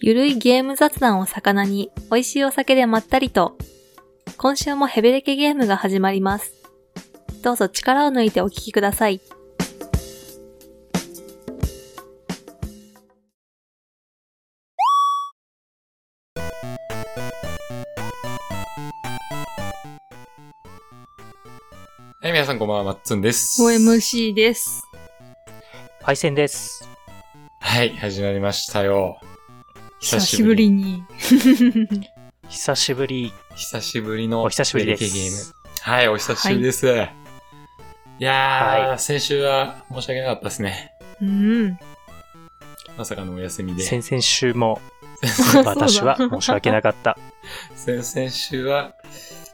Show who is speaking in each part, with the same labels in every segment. Speaker 1: ゆるいゲーム雑談を魚に、美味しいお酒でまったりと。今週もヘベレケゲームが始まります。どうぞ力を抜いてお聞きください。
Speaker 2: はい、皆さんこんばんは、まっつんです。
Speaker 1: OMC です。
Speaker 3: パイセンです。
Speaker 2: はい、始まりましたよ。
Speaker 1: 久しぶりに。
Speaker 3: 久しぶり。
Speaker 2: 久しぶりの
Speaker 3: お久しぶりで
Speaker 2: デリケゲー
Speaker 3: す
Speaker 2: ム。。はい、お久しぶりです。い、やー、
Speaker 3: は
Speaker 2: 先週は申し訳なかったですね。
Speaker 1: うん。
Speaker 2: まさかのお休みで。
Speaker 3: 先々 週も
Speaker 1: そうだ
Speaker 3: 私は申し訳な かった。
Speaker 2: 先々週は、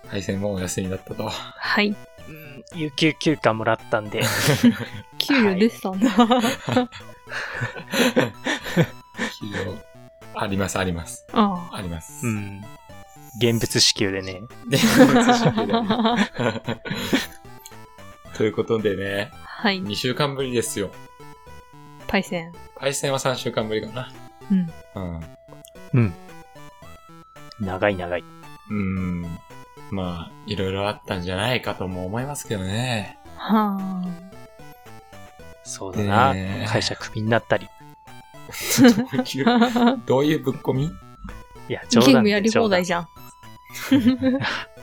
Speaker 2: 配線もお休みだった と。
Speaker 1: はい。
Speaker 3: うん有給休暇もらっ たんで、
Speaker 1: 給与出てたんだ。
Speaker 2: 給料あります、あります。
Speaker 1: あ
Speaker 2: あります。
Speaker 3: うん。現物支給でね。
Speaker 2: で、久し ぶりだね
Speaker 1: あ。
Speaker 2: ということでね、
Speaker 1: はい。
Speaker 2: 2週間ぶりですよ。
Speaker 1: パイセン。
Speaker 2: 配線は3週間ぶりかな。
Speaker 1: うん。
Speaker 2: うん。
Speaker 3: 長い長い。
Speaker 2: うん。まあ、いろいろあったんじゃないかとも思いますけど ね。
Speaker 1: は
Speaker 3: そうだな。
Speaker 2: ねえ
Speaker 3: 会社クビになったり。
Speaker 2: どういう、
Speaker 1: あ。
Speaker 2: どういうぶっ込み
Speaker 3: いや、
Speaker 1: ゲ
Speaker 3: 冗談
Speaker 1: ームやり放題
Speaker 3: 談
Speaker 1: じゃん。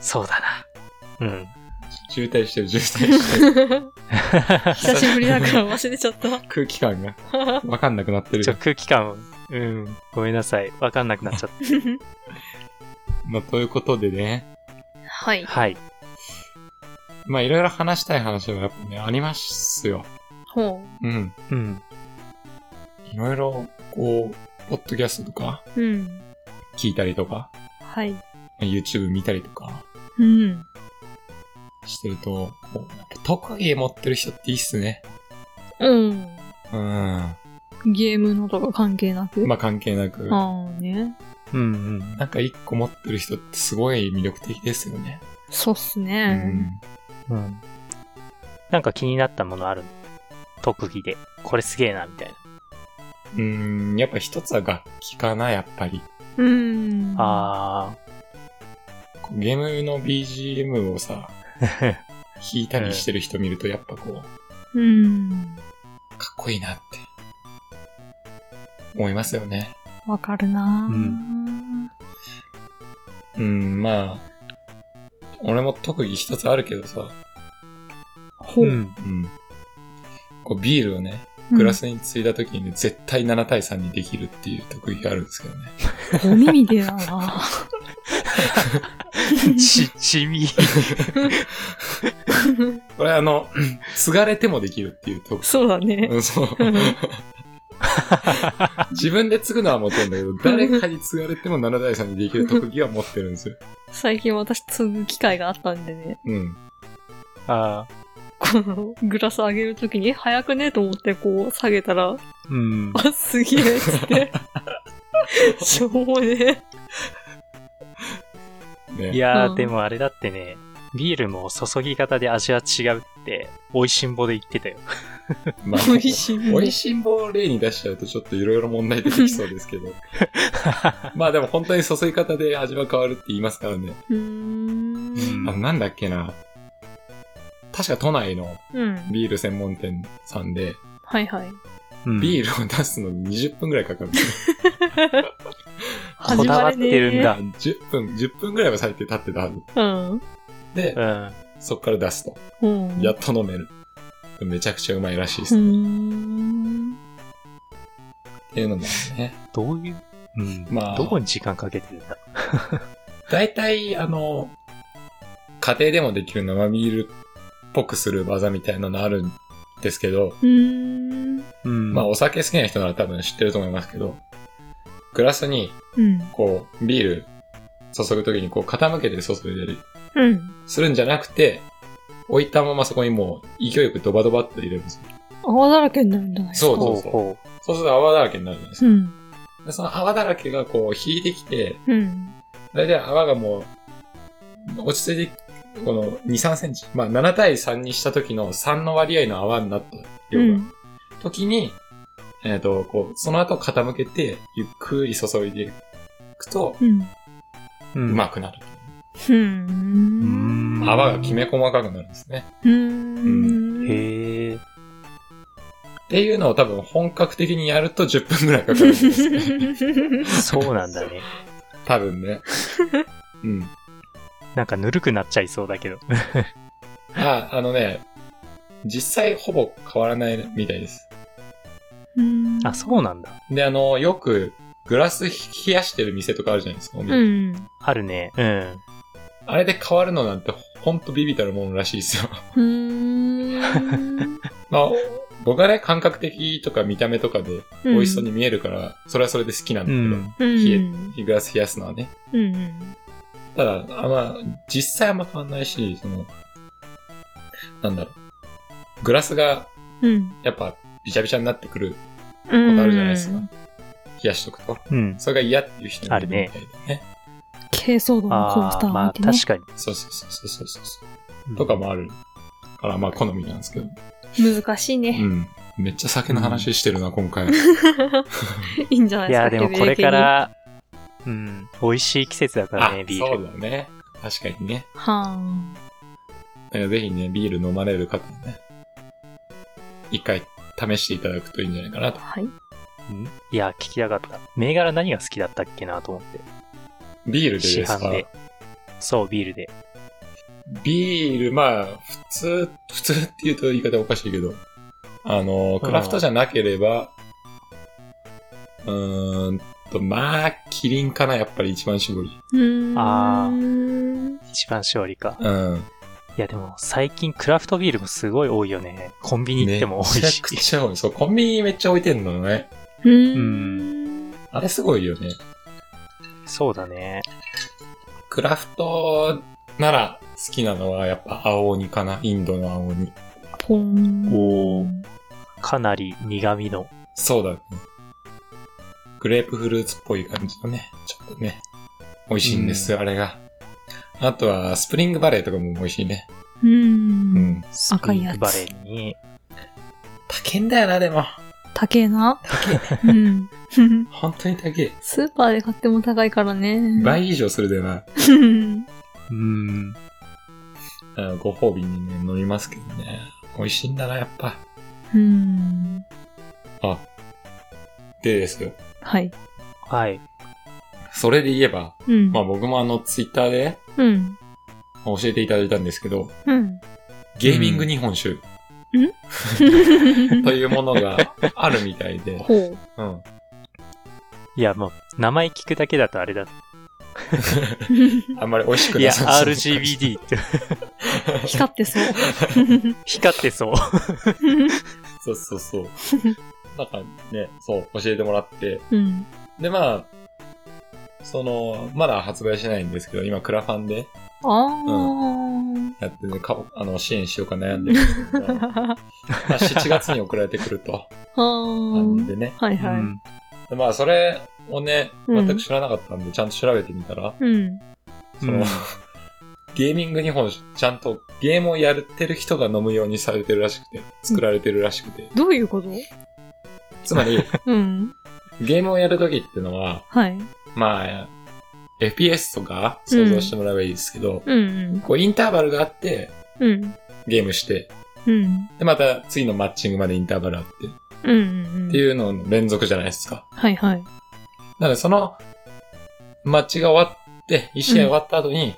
Speaker 3: そうだ な。うん。
Speaker 2: 渋滞してる、渋滞してる。
Speaker 1: 久しぶりだから忘れちゃった。
Speaker 2: 空気感がわかんなくなって
Speaker 3: ちょ、
Speaker 2: る。
Speaker 3: 空気感を、うん。ごめんなさい。わかんなくなっちゃっ
Speaker 2: まあ、ということでね。
Speaker 1: はい
Speaker 3: た。。はい。
Speaker 2: まあ、いろいろ話したい話はやっぱね、ありますよ。
Speaker 1: ほ
Speaker 2: うん。
Speaker 3: うん。
Speaker 2: いろいろ、こう、ポッドキャストとか、
Speaker 1: う。うん。
Speaker 2: 聞いたりとか、
Speaker 1: はい。
Speaker 2: YouTube 見たりとか
Speaker 1: うん。
Speaker 2: してると、こうやっぱ特技持ってる人っていいっすね。
Speaker 1: うん。
Speaker 2: うん。ま
Speaker 1: ゲームのとか関係なく。
Speaker 2: あ、関係なく。
Speaker 1: ああね。
Speaker 3: うんうん。
Speaker 2: なんか一個持ってる人ってすごい魅力的ですよね。
Speaker 1: そうっす
Speaker 2: う
Speaker 1: ね。
Speaker 2: ん。
Speaker 3: うん。なんか気になったものある特技で。これすげえな、みたいな。
Speaker 2: うん、やっぱ一つは楽器かな、やっぱり。
Speaker 1: うん。
Speaker 3: あ
Speaker 2: こうゲームの BGM を さ、
Speaker 3: ー。
Speaker 2: 弾いたりしてる人見るとやっぱこう、
Speaker 1: うん。
Speaker 2: かっこいいなって、思いますよね。
Speaker 1: わかるなぁ
Speaker 3: う
Speaker 2: うん、まあ、俺も特技一つあるけどさ、
Speaker 1: ほう。
Speaker 2: うん。こうビールをね、グラスについた時にね、絶対7対3にできるっていう特技があるんですけどね。
Speaker 1: うん。お耳でだ なぁ
Speaker 3: ち、ちみ。
Speaker 2: これあの、 継がれてもできるっていう特技
Speaker 1: そうだね。
Speaker 2: う んそう
Speaker 1: うん。
Speaker 2: 自分で継ぐのは持ってるんだけど、誰かに継がれても7代さんにできる特技は持ってるんですよ。
Speaker 1: 最近私継ぐ機会があったんでね。
Speaker 2: うん。
Speaker 3: ああ、
Speaker 1: このグラス上げるときに、え早くねと思ってこう下げたら、
Speaker 3: うん。
Speaker 1: あ、すげえっつ って。しょうもね
Speaker 2: ね、
Speaker 3: いや
Speaker 1: うん
Speaker 3: ー、でもあれだってね、ビールも注ぎ方で味は違うって、美味しんぼで言ってたよ。
Speaker 2: まあ、
Speaker 1: え。美味しいね。
Speaker 2: おいしんぼを例に出しちゃうとちょっといろいろ問題出てきそうです けど。まあでも本当に注ぎ方で味は変わるって言いますからね。
Speaker 1: うーん。
Speaker 2: あのなんだっけな。確か都内の
Speaker 1: うん。
Speaker 2: ビール専門店さんで、
Speaker 1: はいはい。
Speaker 2: ビ
Speaker 3: ル
Speaker 2: ールを出すのに20分くらいかかるんですよ。
Speaker 3: こだわってる んだ。
Speaker 2: 10分、10分くらいは最低経ってたはず。
Speaker 1: うん。
Speaker 2: で、
Speaker 3: うん。
Speaker 2: そっから出すと。
Speaker 1: うん。
Speaker 2: やっと飲める。めちゃくちゃうまいらしいで
Speaker 1: う
Speaker 2: す。
Speaker 1: ー
Speaker 2: っ
Speaker 1: ん。
Speaker 2: ていうのもね。
Speaker 3: どういう、うん。
Speaker 2: まあ
Speaker 3: どこに時間かけてるんだ
Speaker 2: 大体、あの、家庭でもできる生ビールっぽくする技みたいなのあるんですけど、
Speaker 1: うーん。
Speaker 3: うん
Speaker 2: まあお酒好きな人なら多分知ってると思いますけど、グラスに
Speaker 1: うん。
Speaker 2: こうビール注ぐときにこう傾けて注いだり
Speaker 1: うん。
Speaker 2: するんじゃなくて、置いたままそこにもう勢いよくドバドバっと入れるんですよ。
Speaker 1: 泡だらけになるんじゃないですか。
Speaker 2: そうそうそう
Speaker 3: ほ
Speaker 2: そうすると泡だらけになるんですよ。
Speaker 1: うん。
Speaker 2: でその泡だらけがこう引いてきて、
Speaker 1: うん。
Speaker 2: 大体泡がもう、落ち着いて、この2、3センチ。まあ、7対3にした時の3の割合の泡になった
Speaker 1: う
Speaker 2: 量が、
Speaker 1: ん。
Speaker 2: 時に、えっ、と、こう、その後傾けて、ゆっくり注いでいくと、
Speaker 1: うん。
Speaker 3: う
Speaker 2: うんまくなる。
Speaker 1: ふーん。
Speaker 2: 泡がきめ細かくなるんですね。
Speaker 1: うーん。
Speaker 3: へえ。
Speaker 2: っていうのを多分本格的にやると10分ぐらいかかるんです ね。
Speaker 3: そうなんだね。
Speaker 2: 多分ね。うん。
Speaker 3: なんかぬるくなっちゃいそうだけど。
Speaker 2: あ、あのね、実際ほぼ変わらないみたいです。
Speaker 1: うん
Speaker 3: あ、そうなんだ。
Speaker 2: で、あの、よくグラス冷やしてる店とかあるじゃないですか。お
Speaker 1: う
Speaker 2: 店
Speaker 1: ん。
Speaker 3: あるね。うん。
Speaker 2: あれで変わるのなんてほんとビビたるものらしい ですよ。
Speaker 1: うーん。
Speaker 2: まあ、僕はね、感覚的とか見た目とかで美味しそうに見えるから、それはそれで好きなんだ
Speaker 3: う
Speaker 2: けど、
Speaker 3: ん。
Speaker 1: うん。
Speaker 2: 冷えグラス冷やすのはね。
Speaker 1: うん。
Speaker 2: ただ、あまあ、実際あんま変わんないし、その、なんだろう。グラスが
Speaker 1: うん。
Speaker 2: やっぱびちゃびちゃになってくる
Speaker 1: う
Speaker 2: こ
Speaker 1: ん。
Speaker 2: とあるじゃないですか。冷やしとくと。
Speaker 3: うん。
Speaker 2: それが嫌っていう人もいるみたいでね。
Speaker 1: 軽装度のコース
Speaker 3: あ
Speaker 1: タ
Speaker 3: あ、
Speaker 1: ー
Speaker 3: ま
Speaker 1: が
Speaker 3: あ
Speaker 1: いてね
Speaker 3: 確。かに。
Speaker 2: そうそうそうそうそうそう。
Speaker 3: うん
Speaker 2: とかもあるから、まあ好みなんですけど。
Speaker 1: 難しいうね。
Speaker 2: ん。めっちゃ酒の話してるな、今回。
Speaker 1: いいんじゃない
Speaker 3: い
Speaker 1: ですか。
Speaker 3: や、でもこれか。ら、うん、美味しい季節だから
Speaker 2: あ
Speaker 3: ね、、ビー
Speaker 2: そう
Speaker 3: ル。
Speaker 2: だね。確かにね。
Speaker 1: は
Speaker 2: えーぜひね、ビール飲まれる方はね、一回試していただくといいんじゃないかなと
Speaker 1: あ。。はい。
Speaker 3: うんいや、聞きたかった。銘柄何が好きだったっけなと思って。
Speaker 2: ビールで
Speaker 3: 市
Speaker 2: ですか
Speaker 3: 販で。そう、ビールで。
Speaker 2: ビール、まあ、普通、普通って言うと言い方おかしいけど、あの、クラフトじゃなければ、うーんと、まあ、キリンかな、やっぱり一番絞り。
Speaker 1: うーん。
Speaker 3: あ
Speaker 1: ー。
Speaker 3: 一番勝利か。
Speaker 2: うん。
Speaker 3: いや、でも最近クラフトビールもすごい多いよね。コンビニ行っても多い
Speaker 2: め
Speaker 3: し
Speaker 2: ちゃ。くちゃ多い。そう、コンビニめっちゃ置いてんのね。
Speaker 1: うーん
Speaker 3: ん。
Speaker 2: あれすごいよね。
Speaker 3: そうだね。
Speaker 2: クラフトなら好きなのはやっぱ青鬼かな、インドの青鬼。
Speaker 1: ポン。
Speaker 2: おー
Speaker 3: かなり苦味の。
Speaker 2: そうだね。グレープフルーツっぽい感じのね、ちょっとね、美味しいんですよ、あれが。あとは、スプリングバレーとかも美味しいね。
Speaker 1: う。
Speaker 2: うんん。
Speaker 1: 赤いやつ
Speaker 3: バレーに。
Speaker 2: 高いんだよな、でも。
Speaker 1: 高えな。うん。
Speaker 2: 本当に高い。
Speaker 1: スーパーで買っても高いからね。
Speaker 2: 倍以上するだよな。
Speaker 1: うん
Speaker 3: うん。
Speaker 2: あのご褒美にね、飲みますけどね。美味しいんだな、やっぱ。
Speaker 1: うん。
Speaker 2: あ。でですよ。
Speaker 1: はい。
Speaker 3: はい。
Speaker 2: それで言えば、
Speaker 1: うん。
Speaker 2: まあ僕もあの、ツイッターで
Speaker 1: うん。
Speaker 2: 教えていただいたんですけど、
Speaker 1: うん。
Speaker 2: ゲーミング日本酒というものがあるみたいで、
Speaker 1: ほう。
Speaker 2: うん。
Speaker 3: いや、もう、名前聞くだけだとあれ だ。
Speaker 2: あんまり美味しく
Speaker 3: い
Speaker 2: な
Speaker 3: や、
Speaker 2: さそうな感じ。
Speaker 3: RGBD って
Speaker 1: 光ってそう。
Speaker 3: 光ってそう。
Speaker 2: そうそうそう。なんかね、そう、教えてもらって。
Speaker 1: うん。
Speaker 2: で、まあ、その、まだ発売してないんですけど、今クラファンで
Speaker 1: あ
Speaker 2: やってね、かあの、支援しようか悩んでるんですけど、ま
Speaker 1: あ。
Speaker 2: あ、7月に送られてくると。
Speaker 1: あ
Speaker 2: 感じ
Speaker 1: ー
Speaker 2: でね。
Speaker 1: はいうは
Speaker 3: ん
Speaker 2: でまあ、それをね、
Speaker 1: うん
Speaker 2: 全く知らなかったんで、ちゃんと調べてみたら、
Speaker 1: い。うん。
Speaker 2: その、
Speaker 3: うん
Speaker 2: ゲーミング日本酒、ちゃんとゲームをやってる人が飲むようにされてるらしくて、作られてるらしくて。
Speaker 1: どういうこと
Speaker 2: つま り、
Speaker 1: うん。
Speaker 2: ゲームをやるときってのは、
Speaker 1: はい。
Speaker 2: まあ、FPS とか想像してもらえばいいですけど、
Speaker 1: うん
Speaker 2: こうインターバルがあって、
Speaker 1: うん。うん。
Speaker 2: ゲームして、
Speaker 1: うん。
Speaker 2: で、また次のマッチングまでインターバルあって、っ
Speaker 1: うんうん。
Speaker 2: て
Speaker 1: うん。
Speaker 2: いうのの連続じゃないですか。
Speaker 1: はいはい。
Speaker 2: なので、その、マッチが終わって、一試合終わった後
Speaker 1: う
Speaker 2: に、
Speaker 1: ん。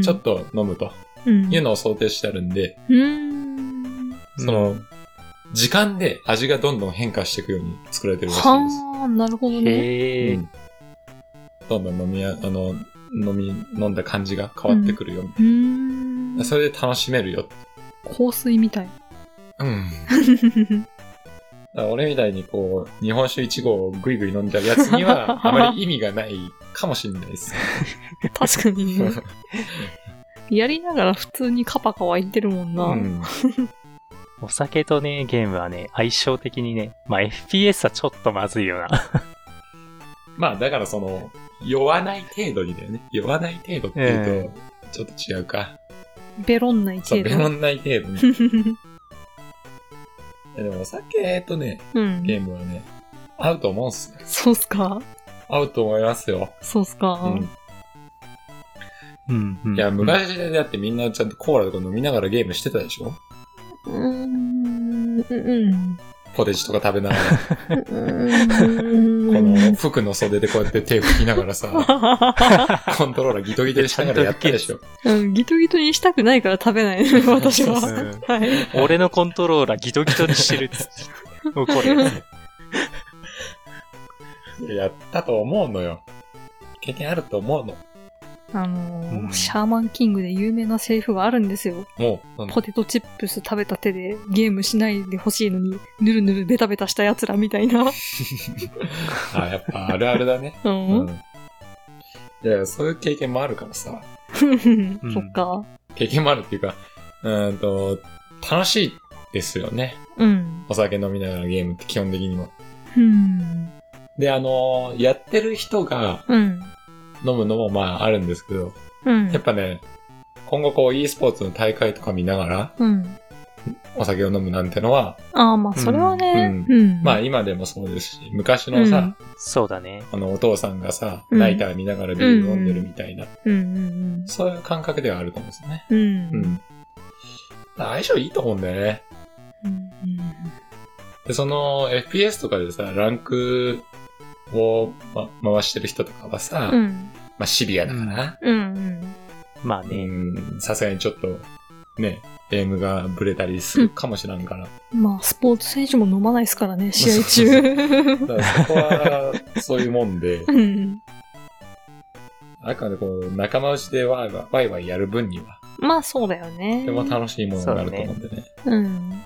Speaker 2: ちょっと飲むと
Speaker 1: うん。
Speaker 2: いうのを想定してあるんで、
Speaker 1: うーん。
Speaker 2: その、時間で味がどんどん変化していくように作られてるらしいです。
Speaker 1: はあ、なるほどね。
Speaker 3: へ
Speaker 2: う
Speaker 3: え。
Speaker 2: んどんどん飲みや、あの、飲み、飲んだ感じが変わってくるよ。
Speaker 1: うーん。
Speaker 2: それで楽しめるよ。
Speaker 1: 香水みたい。
Speaker 2: うん。だから俺みたいにこう、日本酒1号をぐいぐい飲んじゃうやつ には、あまり意味がないかもしれないです。
Speaker 1: 確かに。やりながら普通にカパカパ言ってるもんな。
Speaker 2: うん。
Speaker 3: お酒とね、ゲームはね、相性的にね、まあ FPS はちょっとまずいよな。
Speaker 2: まあ、だからその、酔わない程度にだよね。酔わない程度っていうと、ちょっと違うか。
Speaker 1: ベロンない
Speaker 2: そう、
Speaker 1: 程
Speaker 2: べも
Speaker 1: 度。
Speaker 2: んない程度に。いやでもお酒とね、
Speaker 1: うん。
Speaker 2: ゲームはね、合うと思うんすね。
Speaker 1: そうっすか
Speaker 2: 合うと思いますよ。
Speaker 1: そうっすか、
Speaker 2: うん。
Speaker 3: うん、うん。
Speaker 2: いや、昔だってみんなちゃんとコーラとか飲みながらゲームしてたでしょ
Speaker 1: うーん、うん、うん。
Speaker 2: ポテチとか食べながら、
Speaker 1: うーん
Speaker 2: この服の袖でこうやって手拭きながら さ、コントローラーギトギトにしながらやったでしょ。
Speaker 1: うん、ギトギトにしたくないから食べないね、私は。
Speaker 3: そうそう
Speaker 1: はい。
Speaker 3: 俺のコントローラーギトギトにしてるっつって。 怒るやつ。
Speaker 2: やったと思うのよ。経験あると思うの。
Speaker 1: あのー
Speaker 3: うん
Speaker 1: シャーマンキングで有名なセリフがあるんですよ。
Speaker 2: もう、なんだ
Speaker 1: ポテトチップス食べた手でゲームしないでほしいのに、ぬるぬるベタベタした奴らみたいな。
Speaker 2: あ、やっぱあるあるだね。
Speaker 1: う。
Speaker 2: うんん。いや、そういう経験もあるからさ。
Speaker 1: そっか。
Speaker 2: 経験もあるっていうか、うーんと、楽しいですよね。
Speaker 1: うん。
Speaker 2: お酒飲みながらゲームって基本的にも。
Speaker 1: うん。
Speaker 2: で、あのーやってる人が
Speaker 1: うん。
Speaker 2: 飲むのもまああるんですけど、
Speaker 1: うん
Speaker 2: やっ。ぱね、今後こう e スポーツの大会とか見ながら
Speaker 1: うん。
Speaker 2: お酒を飲むなんてのは、
Speaker 1: ああ、まあ、それはね。
Speaker 2: う
Speaker 1: うん。
Speaker 2: まあ今でもそうですし、昔のさ、
Speaker 3: そうだね。
Speaker 2: あのお父さんがさ、
Speaker 1: うん
Speaker 2: ライター見ながらビール飲んでるみたいな、
Speaker 1: うん。
Speaker 2: そういう感覚ではあると思うんですよね。
Speaker 1: うん。うん。
Speaker 2: う
Speaker 1: うん
Speaker 2: ん。相性いいと思うんだよね。で、その FPS とかでさ、ランクを、ま、回してる人とかはさ、
Speaker 1: う
Speaker 2: ま
Speaker 1: ん。
Speaker 2: あシビアだから、
Speaker 1: うん。
Speaker 3: まあ
Speaker 2: う
Speaker 3: ね。
Speaker 2: ん、さすがにちょっと、ね、エイムがブレたりするかもしらんから、
Speaker 1: まあ、スポーツ選手も飲まないですからね、試合 中。
Speaker 2: だからそこは、そういうもんで
Speaker 1: う、ん。
Speaker 2: あくまでこう、仲間内でワイワイワイワイやる分には、
Speaker 1: まあ、そうだよね。
Speaker 2: とても楽しいものになると思うんでね。
Speaker 1: うん。
Speaker 2: だ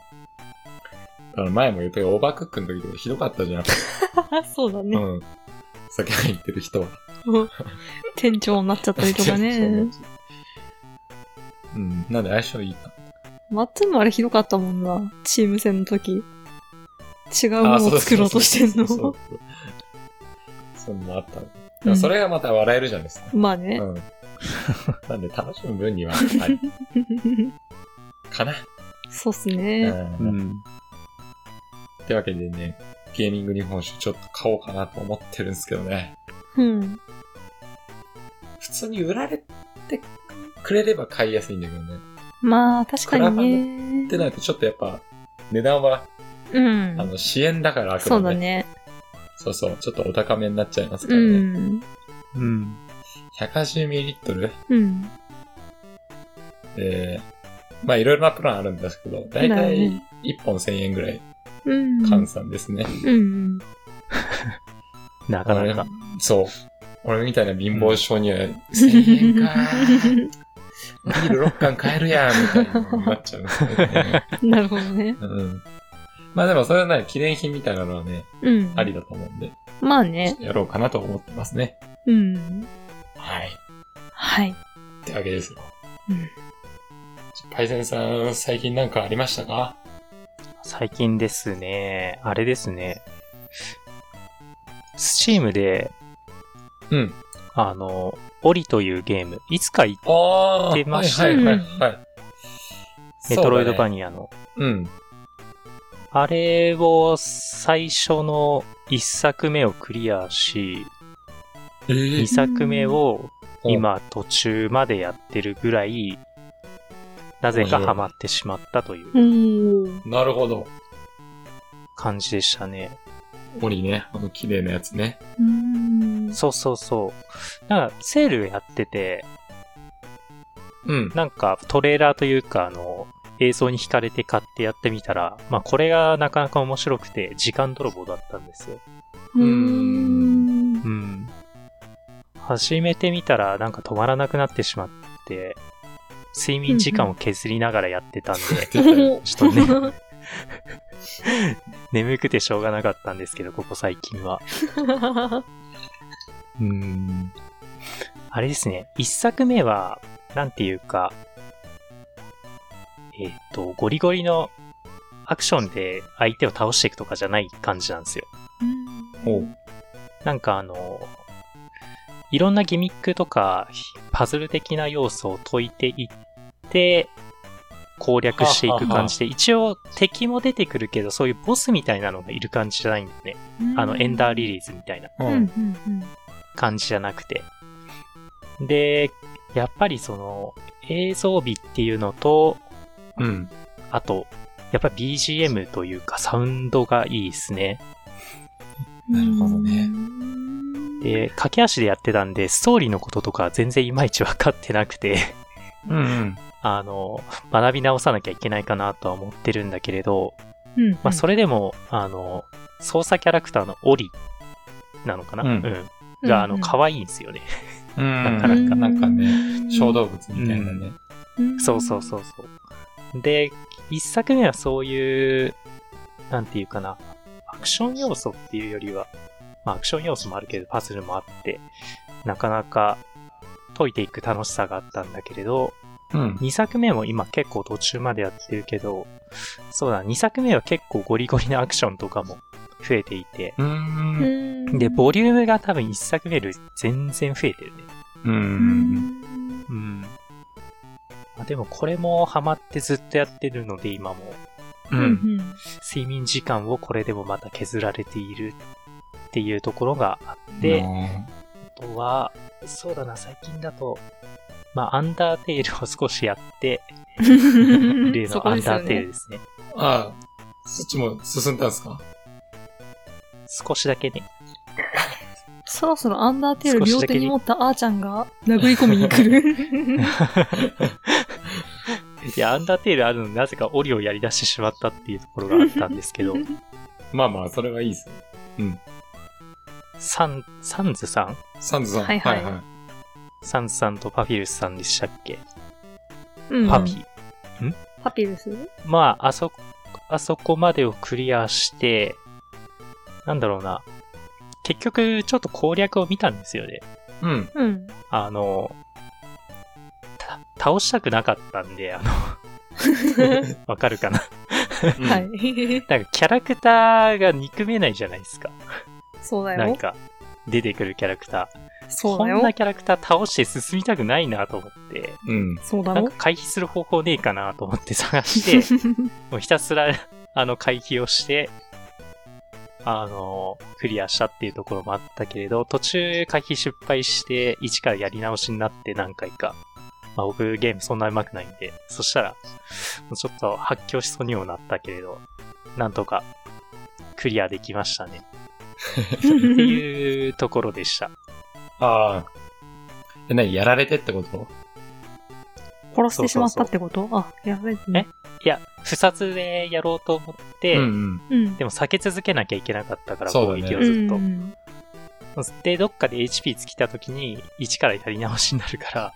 Speaker 2: から前も言ったよ、オーバークックの時とかひどかったじゃん。
Speaker 1: そうだね。
Speaker 2: うん。酒入ってる人は。
Speaker 1: 店長になっちゃったりとか
Speaker 2: そうな
Speaker 1: ね
Speaker 2: んで。すようん。なんで相性いいか。
Speaker 1: マッツンもあれひどかったもんな。チーム戦の時。違うものを作ろうとしてん
Speaker 2: あそうそう
Speaker 1: の。
Speaker 2: そうそうそういうのもあったの。で
Speaker 1: う
Speaker 2: も
Speaker 1: ん
Speaker 2: それがまた笑えるじゃないですか。
Speaker 1: まあ
Speaker 2: う
Speaker 1: ね。
Speaker 2: ん。なんで楽しむ分に は、あれかな。
Speaker 1: そうっす
Speaker 2: う
Speaker 1: ね。
Speaker 2: ん。
Speaker 3: ん。
Speaker 2: ってわけでね、ゲーミング日本酒ちょっと買おうかなと思ってるんですけどね。
Speaker 1: うん。
Speaker 2: 普通に売られてくれれば買いやすいんだけどね。
Speaker 1: まあ、確かに
Speaker 2: って
Speaker 1: ね。
Speaker 2: なるとちょっとやっぱ、値段は、
Speaker 1: う
Speaker 2: あ
Speaker 1: ん。
Speaker 2: の、支援だからあく
Speaker 1: そ
Speaker 2: ま
Speaker 1: う
Speaker 2: で。
Speaker 1: だね。
Speaker 2: そうそう。ちょっとお高めになっちゃいますか
Speaker 1: う
Speaker 2: らね。
Speaker 1: ん。
Speaker 3: うん。
Speaker 2: 180ml?
Speaker 1: うん。
Speaker 2: えー、まあいろいろなプランあるんですけど、だい
Speaker 1: だ
Speaker 2: た
Speaker 1: よ
Speaker 2: い
Speaker 1: ね
Speaker 2: 1本1000円ぐらい
Speaker 1: うん。
Speaker 2: 換算ですね。
Speaker 1: うん。
Speaker 3: なかなか。
Speaker 2: そう。俺みたいな貧乏症には、1000円かー。 ビール6缶買えるやんみたいになっちゃうんですよね。
Speaker 1: なるほどね。
Speaker 2: うん。まあでもそれはね、記念品みたいなのはね、
Speaker 1: うん。
Speaker 2: ありだと思うんで、
Speaker 1: まあ
Speaker 2: ちょっ
Speaker 1: ね。
Speaker 2: とやろうかなと思ってますね。
Speaker 1: うん。
Speaker 2: はい。
Speaker 1: はい。
Speaker 2: ってわけですよ。
Speaker 1: うん
Speaker 2: パイセンさん、最近なんかありましたか
Speaker 3: 最近ですね。あれですね。スチームで、
Speaker 2: うん。
Speaker 3: あの、オリというゲーム、いつかい
Speaker 2: ああ
Speaker 3: 出ました
Speaker 2: は
Speaker 1: ね
Speaker 2: いはいはいはい。
Speaker 3: メトロイドバ
Speaker 2: ニ
Speaker 3: ニアの、
Speaker 2: うん。
Speaker 3: あれを最初の一作目をクリアし、
Speaker 2: え
Speaker 3: 二
Speaker 2: ー
Speaker 3: 作目を今途中までやってるぐらい、なぜかハマってしまったという
Speaker 1: おー。
Speaker 2: なるほど。
Speaker 3: 感じでしたね。
Speaker 2: オリね。あの綺麗なやつね。
Speaker 1: うん。
Speaker 3: そうそうそう。なんかセールやってて、
Speaker 2: うん。
Speaker 3: なんかトレーラーというか、あの、映像に惹かれて買ってやってみたら、まあこれがなかなか面白くて時間泥棒だったんですよ。
Speaker 1: うーん。
Speaker 3: うん。始めてみたらなんか止まらなくなってしまって、睡眠時間を削りながらやってたんで、
Speaker 2: 出たよ
Speaker 3: ちょっと ね、眠くてしょうがなかったんですけど、ここ最近は。
Speaker 2: うん。
Speaker 3: あれですね、一作目は、なんていうか、えっ、と、ゴリゴリのアクションで相手を倒していくとかじゃない感じなんですよ。
Speaker 2: おう。
Speaker 3: なんかあの、いろんなギミックとか、パズル的な要素を解いていって、攻略していく感じで、一応敵も出てくるけど、そういうボスみたいなのがいる感じじゃないんだよね。あの、エンダーリリースみたいな
Speaker 2: う。
Speaker 1: うんんうんうん。
Speaker 3: 感じじゃなくて。で、やっぱりその、映像美っていうのと、
Speaker 2: うん。
Speaker 3: あと、やっぱり BGM というかサウンドがいいですね。
Speaker 2: なるほどね
Speaker 3: で、駆け足でやってたんで、ストーリーのこととか全然いまいち分かってなくて、
Speaker 2: うんうん。
Speaker 3: あの、学び直さなきゃいけないかなとは思ってるんだけれど、
Speaker 1: うんうん。
Speaker 3: まあそれでも、あの、操作キャラクターのオリなのかな、
Speaker 2: うん
Speaker 3: うんが、あの、
Speaker 1: わ
Speaker 3: 可愛いんですよね。
Speaker 2: うん。
Speaker 3: なかなか
Speaker 2: なんかね、
Speaker 1: ね
Speaker 2: 小動物みたいなね。
Speaker 3: そうそうそうそう。で、一作目はそういう、なんていうかな、アクション要素っていうよりは、まあアクション要素もあるけど、パズルもあって、なかなか解いていく楽しさがあったんだけれど、
Speaker 2: うん。
Speaker 3: 2作目も今結構途中までやってるけど、そうだ、2作目は結構ゴリゴリなアクションとかも増えていて、
Speaker 2: う。
Speaker 1: うんん。
Speaker 3: で、ボリュームが多分1作目より全然増えてるね。
Speaker 2: う。
Speaker 1: うんん。
Speaker 3: うん。まあ、でもこれもハマってずっとやってるので今も
Speaker 2: う。
Speaker 1: うんん。
Speaker 3: 睡眠時間をこれでもまた削られているっていうところがあって、あとは、そうだな、最近だと、まあ、アンダーテイルを少しやって、 例
Speaker 1: そ
Speaker 3: の
Speaker 1: こ
Speaker 3: ア
Speaker 1: で
Speaker 3: ン
Speaker 1: すよ
Speaker 3: ダ
Speaker 1: ね
Speaker 3: ーテイルですね。
Speaker 2: ああ、そっちも進んだんすか
Speaker 3: 少しだけね。
Speaker 1: そろそろアンダーテール両手に持ったあーちゃんが 殴り込みに来る。
Speaker 3: で、アンダーテイルあるのになぜかオリをやり出してしまったっていうところがあったんで すけど、
Speaker 2: まあまあ、それはいいですね。
Speaker 3: サン、サンズさん
Speaker 2: サンズさん。
Speaker 1: はいはい
Speaker 2: はい。
Speaker 3: サンズさんとパフィルスさんでしたっけ
Speaker 1: うん
Speaker 3: パピー。
Speaker 1: パピです
Speaker 3: まあ、あそ、あそこまでをクリアして、なんだろうな。結局、ちょっと攻略を見たんですよね。
Speaker 2: うん。
Speaker 1: うん。
Speaker 3: あの、た倒したくなかったんで、あの、 わかるかな。
Speaker 1: は
Speaker 2: うん。
Speaker 1: い。
Speaker 3: なんかキャラクターが憎めないじゃないですか。
Speaker 1: そうだ
Speaker 3: なん
Speaker 1: よ。
Speaker 3: か、出てくるキャラクター。
Speaker 1: そう
Speaker 3: こ
Speaker 1: だ
Speaker 3: んな
Speaker 1: よ。
Speaker 3: キャラクター倒して進みたくないなと思って、
Speaker 2: うん。
Speaker 1: そうだ
Speaker 3: なん
Speaker 1: ろ
Speaker 3: か。回避する方法ねえかなと思って 探して、もうひたすら、 あの、回避をして、あの、クリアしたっていうところもあったけれど、途中回避失敗して、一からやり直しになって何回か。まあ僕ゲームそんな上手くないんで、そしたら、もうちょっと発狂しそうにもなったけれど、なんとか、クリアできましたね。っていうところでした。
Speaker 2: ああ。え、なに、やられてってこと
Speaker 1: 殺してしまったってことあ、やべえ。
Speaker 3: いや、不殺でやろうと思って、
Speaker 2: うん
Speaker 1: うん。
Speaker 3: でも避け続けなきゃいけなかったから、
Speaker 2: そう
Speaker 3: 攻
Speaker 2: だね
Speaker 3: 撃を
Speaker 1: う
Speaker 3: ずっと。
Speaker 1: ん。
Speaker 3: で、どっかで HP 尽きた時に、1からやり直しになるから、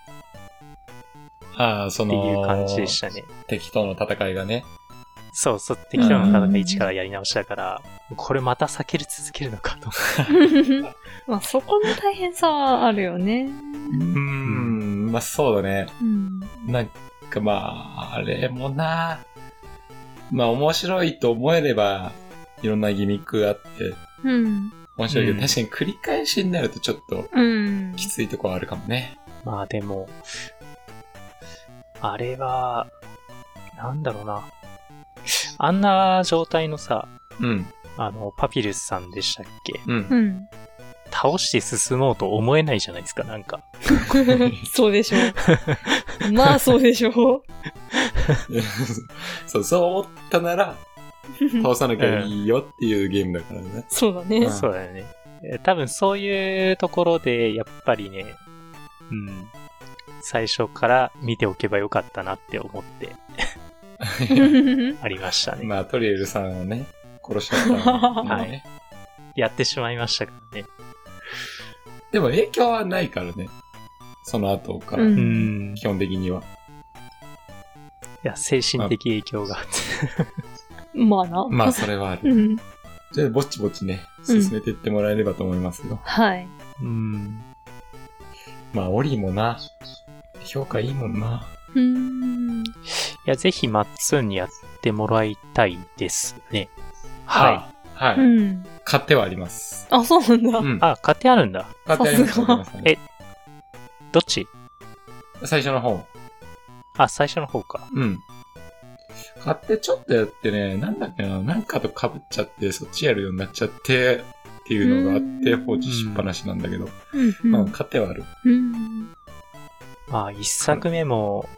Speaker 3: っ
Speaker 2: うん。ああ、そ
Speaker 3: て
Speaker 2: の、
Speaker 3: いう感じでしたね。
Speaker 2: 敵との戦いがね。
Speaker 3: そうそう、適当な
Speaker 1: う
Speaker 3: 戦
Speaker 1: ん
Speaker 3: い1からやり直しだから、これまた避ける続けるのかと。
Speaker 1: まあ、そこの大変さはあるよね。
Speaker 2: うん、まあそうだね。
Speaker 1: うん。
Speaker 2: なんかまあ、あれもな、まあ面白いと思えれば、いろんなギミックがあって、
Speaker 1: うん。
Speaker 2: 面白いけど、
Speaker 3: うん
Speaker 2: 確かに繰り返しになるとちょっと
Speaker 1: うん。
Speaker 2: きついとこはあるかもね。
Speaker 3: まあでも、あれは、なんだろうな。あんな状態のさ、
Speaker 2: うん、
Speaker 3: あの、パピルスさんでしたっけ
Speaker 2: うん。
Speaker 1: うん。
Speaker 3: 倒して進もうと思えないじゃないですか、なんか。
Speaker 1: そうでしょう。 まあ、そうでしょう。
Speaker 2: そう、そう思ったなら、倒さなきゃいいよっていうゲームだからね。
Speaker 1: そうだね。
Speaker 3: そうだよね。えー多分そういうところで、やっぱりね、うん、最初から見ておけばよかったなって思ってありました ね。
Speaker 2: まあ、トリエルさんをね、殺しちゃったのもね。
Speaker 3: やってしまいましたからね。
Speaker 2: でも影響はないからね。その後から、
Speaker 1: うん
Speaker 3: うん。い
Speaker 2: 基本的には。
Speaker 3: や、精神的影響が。
Speaker 1: まあな。
Speaker 2: まあ、それはあ
Speaker 1: う
Speaker 2: る。
Speaker 1: ん。
Speaker 2: じゃあ、ぼちぼちね、
Speaker 1: うん
Speaker 2: 進めていってもらえればと思いますよ。
Speaker 1: はい。
Speaker 3: うん。
Speaker 2: まあ、オリもな、評価いいもんな。。
Speaker 1: うん。
Speaker 3: いや、ぜひマッツンにやってもらいたいですね。はい
Speaker 2: はい。
Speaker 1: うん。
Speaker 2: 買ってはあります。
Speaker 1: あ、そうなんだ。
Speaker 2: うん
Speaker 3: い。。あ、買ってあるんだ。
Speaker 2: 買ってありま
Speaker 1: さ
Speaker 2: す。
Speaker 1: すが
Speaker 2: 買ってありますね
Speaker 3: どっち
Speaker 2: 最初の方。
Speaker 3: あ、最初の方か。
Speaker 2: うん。買ってちょっとやってね、なんだっけな、なんかと被っちゃって、そっちやるようになっちゃって、っていうのがあって、
Speaker 1: うん
Speaker 2: 放置しっぱなしなんだけど、
Speaker 1: うんう
Speaker 2: まあ、
Speaker 1: ん
Speaker 2: 買ってはある。
Speaker 1: うん
Speaker 3: まあ、一作目も、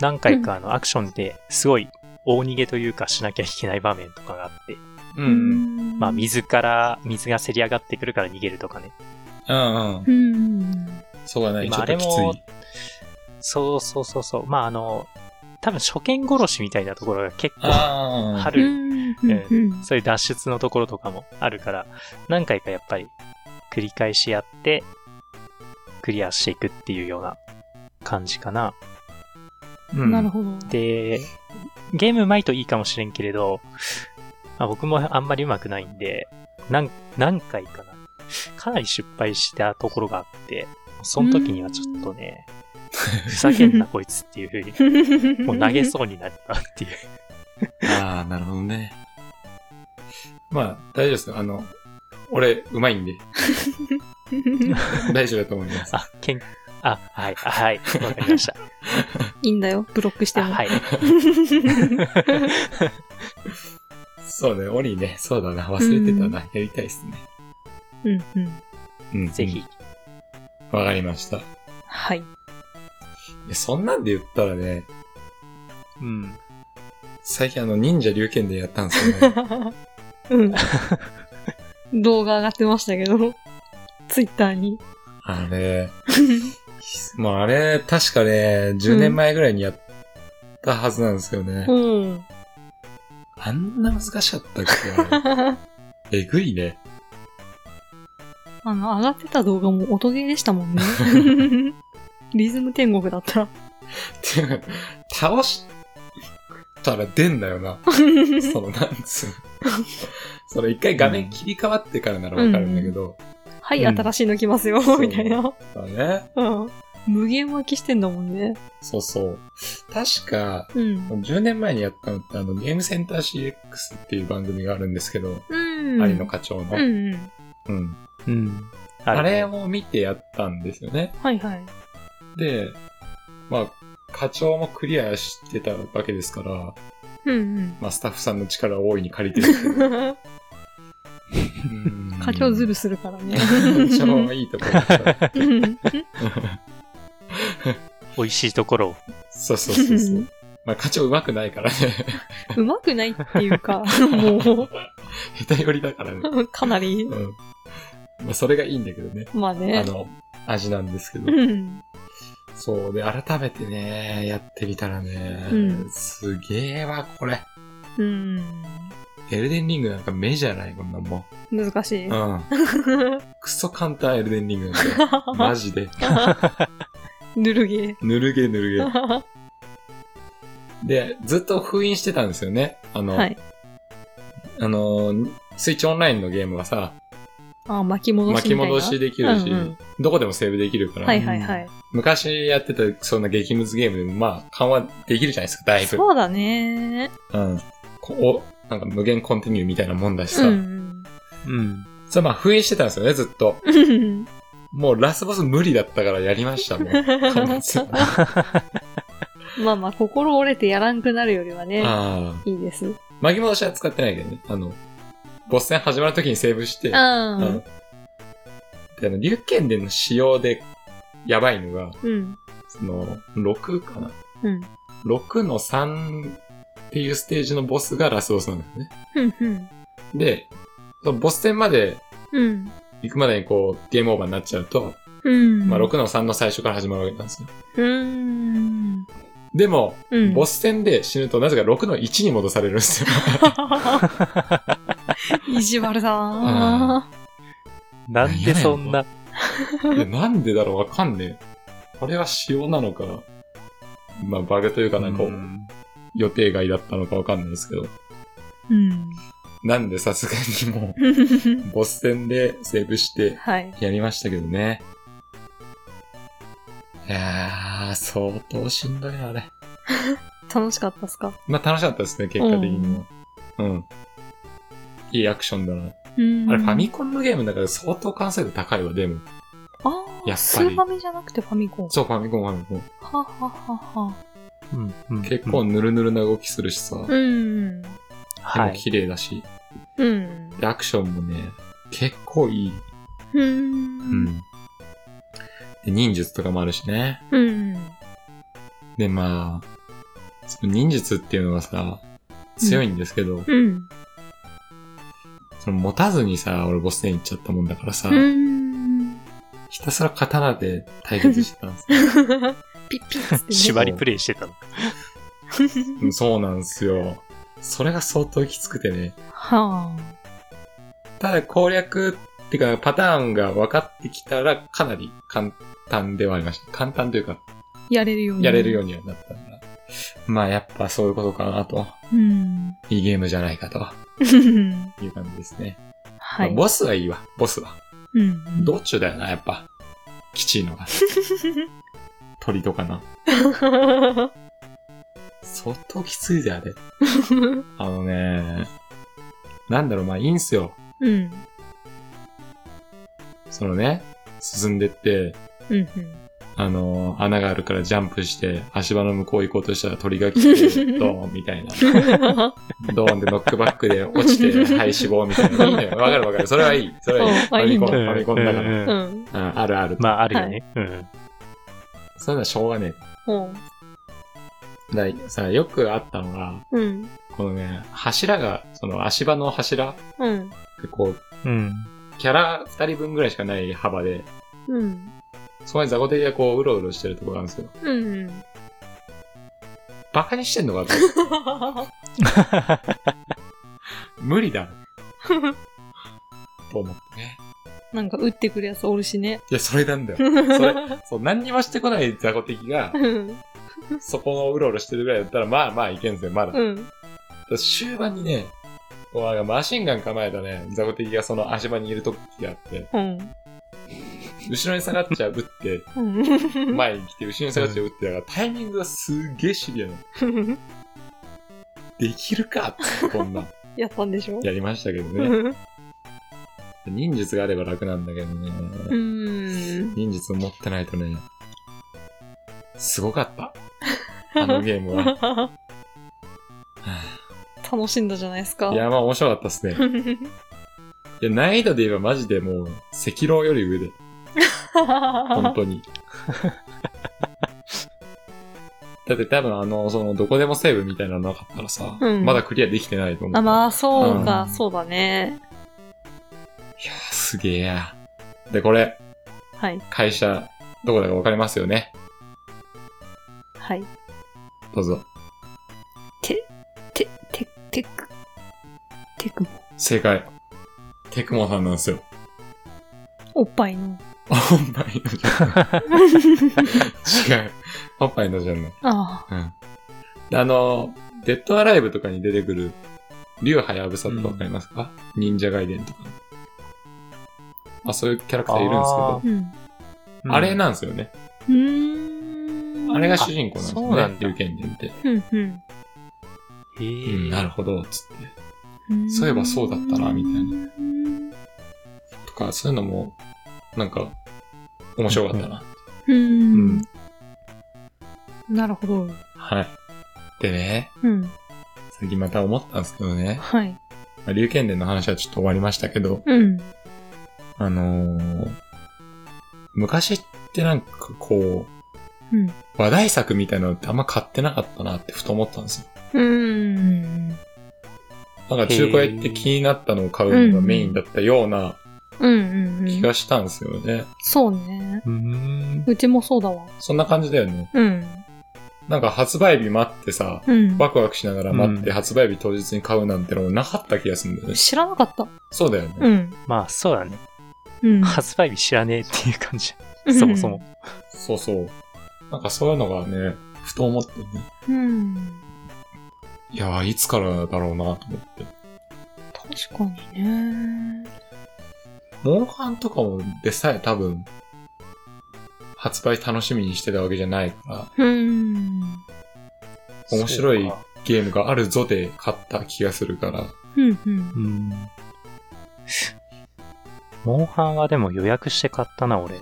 Speaker 3: 何回かあの、アクションですごい、大逃げというかしなきゃいけない場面とかがあって、
Speaker 2: う。
Speaker 1: うんん
Speaker 3: まあ、水から、水がせり上がってくるから逃げるとかね。
Speaker 2: うんうん。
Speaker 1: うん
Speaker 2: そうはない、
Speaker 3: ま
Speaker 2: ち
Speaker 3: あ
Speaker 2: ょっときつい。
Speaker 3: あれもそうそうそうそう。まあ、あの、多分初見殺しみたいなところが結構、
Speaker 2: ああ、
Speaker 3: あ
Speaker 1: う
Speaker 3: る
Speaker 1: んうん
Speaker 3: そういう脱出のところとかもあるから、何回かやっぱり繰り返しやって、クリアしていくっていうような感じかな。
Speaker 2: うん
Speaker 1: なるほど
Speaker 3: で、ゲームうまいといいかもしれんけれど、まあ、僕もあんまりうまくないんで、なん何回かな。かなり失敗したところがあって、その時にはちょっとね、ふざけんなこいつっていう風 に、もう投げそうになったっていう。
Speaker 2: ああ、なるほどね。まあ、大丈夫ですよ。あの、俺、うまいんで、 大丈夫だと思います。
Speaker 3: あ、けん、あ、はい、あはい、わかりました。
Speaker 1: いいんだよブロックして
Speaker 3: あ
Speaker 1: も
Speaker 3: はい。
Speaker 2: そうね、オリね、そうだな、忘れてたな、やりたいですね。
Speaker 1: うんうん
Speaker 2: うん、
Speaker 3: ぜひ。。
Speaker 2: わかりました。い
Speaker 1: はい
Speaker 2: やそんなんで言ったらね、
Speaker 3: うん。
Speaker 2: 最近あの、忍者竜剣でやったんです よね。
Speaker 1: うん動画上がってましたけどツイッターに
Speaker 2: あれ、まああれ、確かね、10年前ぐらいにやったはずなんですよね。
Speaker 1: うん
Speaker 2: あんな難しかったっけあれ えぐいね。
Speaker 1: あの、上がってた動画も音ゲーでしたもんね。リズム天国だった。
Speaker 2: っていうか倒したら出んだよな。その、なんつうの。それ一回画面切り替わってからならわかるんだけど。
Speaker 1: はい、
Speaker 2: うん
Speaker 1: 新しいの来ますよ、
Speaker 2: そう
Speaker 1: みたいな。
Speaker 2: だね。
Speaker 1: うん。無限湧きしてんだもんね。
Speaker 2: そうそう。確か、
Speaker 1: うん。
Speaker 2: 10年前にやったのって、あの、ゲームセンター CX っていう番組があるんですけど、
Speaker 1: うん。
Speaker 2: 有野課長
Speaker 1: う
Speaker 2: の、
Speaker 1: んうん。
Speaker 2: うん。
Speaker 3: うん。
Speaker 2: あれを見てやったんですよね。
Speaker 1: はいはい。
Speaker 2: で、まあ、課長もクリアしてたわけですから、
Speaker 1: うん
Speaker 2: まあ、スタッフさんの力を大いに借りて
Speaker 1: う
Speaker 2: るけど。
Speaker 1: ん。
Speaker 2: うん
Speaker 1: 課長ズルするからね。
Speaker 2: 課長 はいいとこだった。
Speaker 1: うん
Speaker 3: 美味しいところを。
Speaker 2: そうそうそうそう。まあ、課長上手くないからね。
Speaker 1: うまくないっていうか、も
Speaker 2: 下手寄りだからね。
Speaker 1: う、 かなり、
Speaker 2: うん。まあ、それがいいんだけどね。
Speaker 1: まあ
Speaker 2: あ
Speaker 1: ね。
Speaker 2: の、味なんですけど。
Speaker 1: うん。
Speaker 2: そう。で、改めてね、やってみたらね、
Speaker 1: うん
Speaker 2: すげえわ、これ。
Speaker 1: うん。
Speaker 2: エルデンリングなんか目じゃない、こんなも
Speaker 1: 難しい。
Speaker 2: ん。うん。クソ簡単エルデンリングなんだよ。マジで。
Speaker 1: ぬるゲ
Speaker 2: ぬるげぬる
Speaker 1: ー。
Speaker 2: げ。で、ずっと封印してたんですよね。あの、
Speaker 1: はい。
Speaker 2: あの、スイッチオンラインのゲームはさ、
Speaker 1: あ、巻き戻し
Speaker 2: 巻
Speaker 1: みた
Speaker 2: き
Speaker 1: いな。
Speaker 2: 戻しできるし、
Speaker 1: うんうん
Speaker 2: どこでもセーブできるから、
Speaker 1: はいはいはい。
Speaker 2: 昔やってたそんな激ムズゲームでもまあ緩和できるじゃないですか、だいぶ。
Speaker 1: そうだね。
Speaker 2: うん。こう、なんか無限コンティニューみたいなもんだし
Speaker 1: う
Speaker 2: さ。
Speaker 1: ん
Speaker 3: うん。
Speaker 2: それまあ封印してたんですよね、ずっと。
Speaker 1: うん。
Speaker 2: もうラスボス無理だったからやりましたもん。完全にあ
Speaker 1: まあまあ、心折れてやらんくなるよりはね、
Speaker 2: あ。
Speaker 1: いいです。
Speaker 2: 巻き戻しは使ってないけどね。あの、ボス戦始まる時にセーブして、
Speaker 1: あ
Speaker 2: う
Speaker 1: あ
Speaker 2: ん。で、あの、竜剣伝の仕様でやばいのが、
Speaker 1: うん。
Speaker 2: その、6かな
Speaker 1: うん。
Speaker 2: 6の3っていうステージのボスがラスボスなんですね。
Speaker 1: うん。うん。
Speaker 2: で、そのボス戦まで
Speaker 1: うん。
Speaker 2: 行くまでにこう、ゲームオーバーになっちゃうと、
Speaker 1: うん。
Speaker 2: まあ6の3の最初から始まるわけなんですよ。
Speaker 1: うん。
Speaker 2: でも、
Speaker 1: うん。
Speaker 2: ボス戦で死ぬとなぜか6の1に戻されるんですよ。
Speaker 1: 意地悪だ
Speaker 2: あ
Speaker 1: な
Speaker 3: なんでそんな。
Speaker 2: いやなんでだろうわかんねえ。これは仕様なのか、まあバグというかなんか
Speaker 3: うん
Speaker 2: 予定外だったのかわかんないですけど、
Speaker 1: うん。
Speaker 2: なんでさすがにもう、ボス戦でセーブして、
Speaker 1: はい。
Speaker 2: やりましたけどね。いやー、相当しんどいな、あれ。
Speaker 1: 楽しかったっすか
Speaker 2: まあ楽しかったですね、結果的にも。うん。いいアクションだな。
Speaker 1: うん。
Speaker 2: あれ、ファミコンのゲームだから相当完成度高いわ、でも。
Speaker 1: あ
Speaker 2: や
Speaker 1: あ、
Speaker 2: っ
Speaker 1: ス
Speaker 2: ぱり
Speaker 1: ーファミじゃなくてファミコン。
Speaker 2: そう、ファミコン、ファミコン。
Speaker 1: はははは。
Speaker 3: うんうん
Speaker 2: 結構、ヌルヌルな動きするしさ、で
Speaker 1: うん。
Speaker 3: は
Speaker 2: も
Speaker 3: い。
Speaker 2: 綺麗だし、
Speaker 1: うん。
Speaker 2: でアクションもね、結構いい。
Speaker 1: う。
Speaker 2: うんん。で、忍術とかもあるしね。
Speaker 1: うん。
Speaker 2: で、まあ、その忍術っていうのはさ、強いんですけど、
Speaker 1: うん。
Speaker 2: その持たずにさ、俺ボス戦行っちゃったもんだからさ、
Speaker 1: うん。
Speaker 2: ひたすら刀で対決してたんですよ
Speaker 1: ピッピッつってね。
Speaker 3: 縛りプレイしてたの。
Speaker 2: うんそうなんですよ。それが相当きつくてね。
Speaker 1: は
Speaker 2: ただ攻略っていうかパターンが分かってきたらかなり簡単ではありました。簡単というか、
Speaker 1: あ。やれるように。
Speaker 2: やれるようにはなったから。まあやっぱそういうことかなと。
Speaker 1: うん。
Speaker 2: いいゲームじゃないかという感じですね。
Speaker 1: は
Speaker 2: まあ
Speaker 1: い。
Speaker 2: ボスはいいわ、ボスは。
Speaker 1: うん。
Speaker 2: 道中だよな、やっぱ。きちいのが。鳥とかな。相当きついぜ、あれ。あのね、なんだろう、まあいいんすよ。
Speaker 1: うん。
Speaker 2: そのね、進んでって、
Speaker 1: うん。
Speaker 2: あの、穴があるからジャンプして、足場の向こう行こうとしたら鳥が来 て、ドーンみたいな。ドーンでノックバックで落ちて、はい、死亡みたいな。いいのよ。わかるわかる。それはいい。それはいい。フ
Speaker 1: おあいいん
Speaker 2: ァミコ
Speaker 1: だ
Speaker 2: ン、ファミコンだから。
Speaker 3: うん
Speaker 1: う
Speaker 3: うん
Speaker 1: ん。
Speaker 2: うんあるある。
Speaker 3: まあ、あるよね。うん。
Speaker 2: そういうのはしょうがね
Speaker 1: ほう。
Speaker 2: え。だいさ、よくあったのが、
Speaker 1: うん。
Speaker 2: このね、柱が、その足場の柱
Speaker 1: うん。
Speaker 2: でこう、
Speaker 3: うん。
Speaker 2: キャラ二人分ぐらいしかない幅で、
Speaker 1: うん。
Speaker 2: そこにザコテリがこう、うろうろしてるところなんですよ。
Speaker 1: うん。
Speaker 2: バカにしてんのか と無理だと思ってね。
Speaker 1: なんか打ってくるやつおるしね。
Speaker 2: いや、それなん だよ。それ、そう、何にもしてこないザコ敵が、
Speaker 1: うん。
Speaker 2: そこのうろうろしてるぐらいだったら、まあまあいけんすよ、まだ。
Speaker 1: うん。
Speaker 2: だ終盤にね、こうなんかマシンガン構えたね、ザコ敵がその足場にいる時があって、
Speaker 1: うん。
Speaker 2: 後ろに下がっちゃう、撃って、
Speaker 1: うん。
Speaker 2: 前に来て、後ろに下がっちゃう、撃って、だからタイミングがすっげえシビアなの。できるかって、こ んな。
Speaker 1: やったんでしょ
Speaker 2: やりましたけどね。
Speaker 1: う
Speaker 2: 忍術があれば楽なんだけどね。
Speaker 1: ん。
Speaker 2: 忍術を持ってないとね、すご かった。あのゲームは。は
Speaker 1: 楽しんだじゃないですか。
Speaker 2: あいや、まあ面白かったっす ね。いや、難易度で言えばマジでもう、赤狼より上 で、本当に。だって多分あの、その、どこでもセーブみたいなのなかったらさ、
Speaker 1: うん
Speaker 2: まだクリアできてないと思う。
Speaker 1: あ、まあ、そう
Speaker 3: う
Speaker 1: か、
Speaker 3: ん
Speaker 1: そうだね。
Speaker 2: いやー、すげえや。で、これ、
Speaker 1: はい、
Speaker 2: 会社、どこだかわかりますよね。
Speaker 1: はい。
Speaker 2: どうぞ。
Speaker 1: て、て、てく、てくも、
Speaker 2: 正解。テクモさんなんですよ。
Speaker 1: おっぱいの。
Speaker 2: おっぱいのじゃん。違う。おっぱいのじゃんない。
Speaker 1: あ
Speaker 2: うん。であの、デッドアライブとかに出てくる、竜ハヤブサってわかりますか、忍者ガイデンとか。あ、そういうキャラクターいるんですけ
Speaker 1: あ。うん。
Speaker 2: ど、あれなんですよね。
Speaker 1: うーん。
Speaker 2: あれが主人公なんです
Speaker 3: あそう
Speaker 2: よ
Speaker 3: な
Speaker 2: ね
Speaker 3: ん。だ
Speaker 2: 竜剣伝って。
Speaker 1: うん、うん
Speaker 3: へ
Speaker 2: う
Speaker 3: え
Speaker 2: ん、なるほど、つって。
Speaker 1: うん。
Speaker 2: そういえばそうだったなみたいな
Speaker 1: な。
Speaker 2: とか、そういうのも、なんか、面白かったな。
Speaker 1: う
Speaker 2: うんん。
Speaker 1: なるほど。
Speaker 2: はい。でね、
Speaker 1: うん。
Speaker 2: 最近また思ったんですけどね。
Speaker 1: はい。
Speaker 2: まあ、竜剣伝の話はちょっと終わりましたけど、
Speaker 1: うん。
Speaker 2: あのー昔ってなんかこう、
Speaker 1: うん
Speaker 2: 話題作みたいなのってあんま買ってなかったなってふと思ったんですよ。
Speaker 1: うーん。
Speaker 2: なんか中古屋行って気になったのを買うのがメインだったような
Speaker 1: うんうん
Speaker 2: 気
Speaker 1: うん。
Speaker 2: がしたんですよね。
Speaker 1: そうね。
Speaker 3: うん。
Speaker 1: うちもそうだわ。
Speaker 2: そんな感じだよね。
Speaker 1: うん。
Speaker 2: なんか発売日待ってさ、
Speaker 1: うん。
Speaker 2: ワクワクしながら待って
Speaker 3: うん
Speaker 2: 発売日当日に買うなんてのもなかった気がするんだよね。
Speaker 1: 知らなかった。
Speaker 2: そうだよ
Speaker 1: う
Speaker 2: ね。
Speaker 1: ん。
Speaker 3: まあ、そうだね。
Speaker 1: うん。
Speaker 3: 発売日知らねえっていう感じ。そもそも。
Speaker 2: そうそう。なんかそういうのがね、ふと思ってね。
Speaker 1: うん。
Speaker 2: いやー、いつからだろうなと思って。
Speaker 1: 確かにね。
Speaker 2: モンハンとかもでさえ多分、発売楽しみにしてたわけじゃないから、
Speaker 1: うん。
Speaker 2: 面白い
Speaker 3: そうか
Speaker 2: ゲームがあるぞで買った気がするから。
Speaker 1: うんうん。
Speaker 3: うん。モンハンはでも予約して買ったな、俺。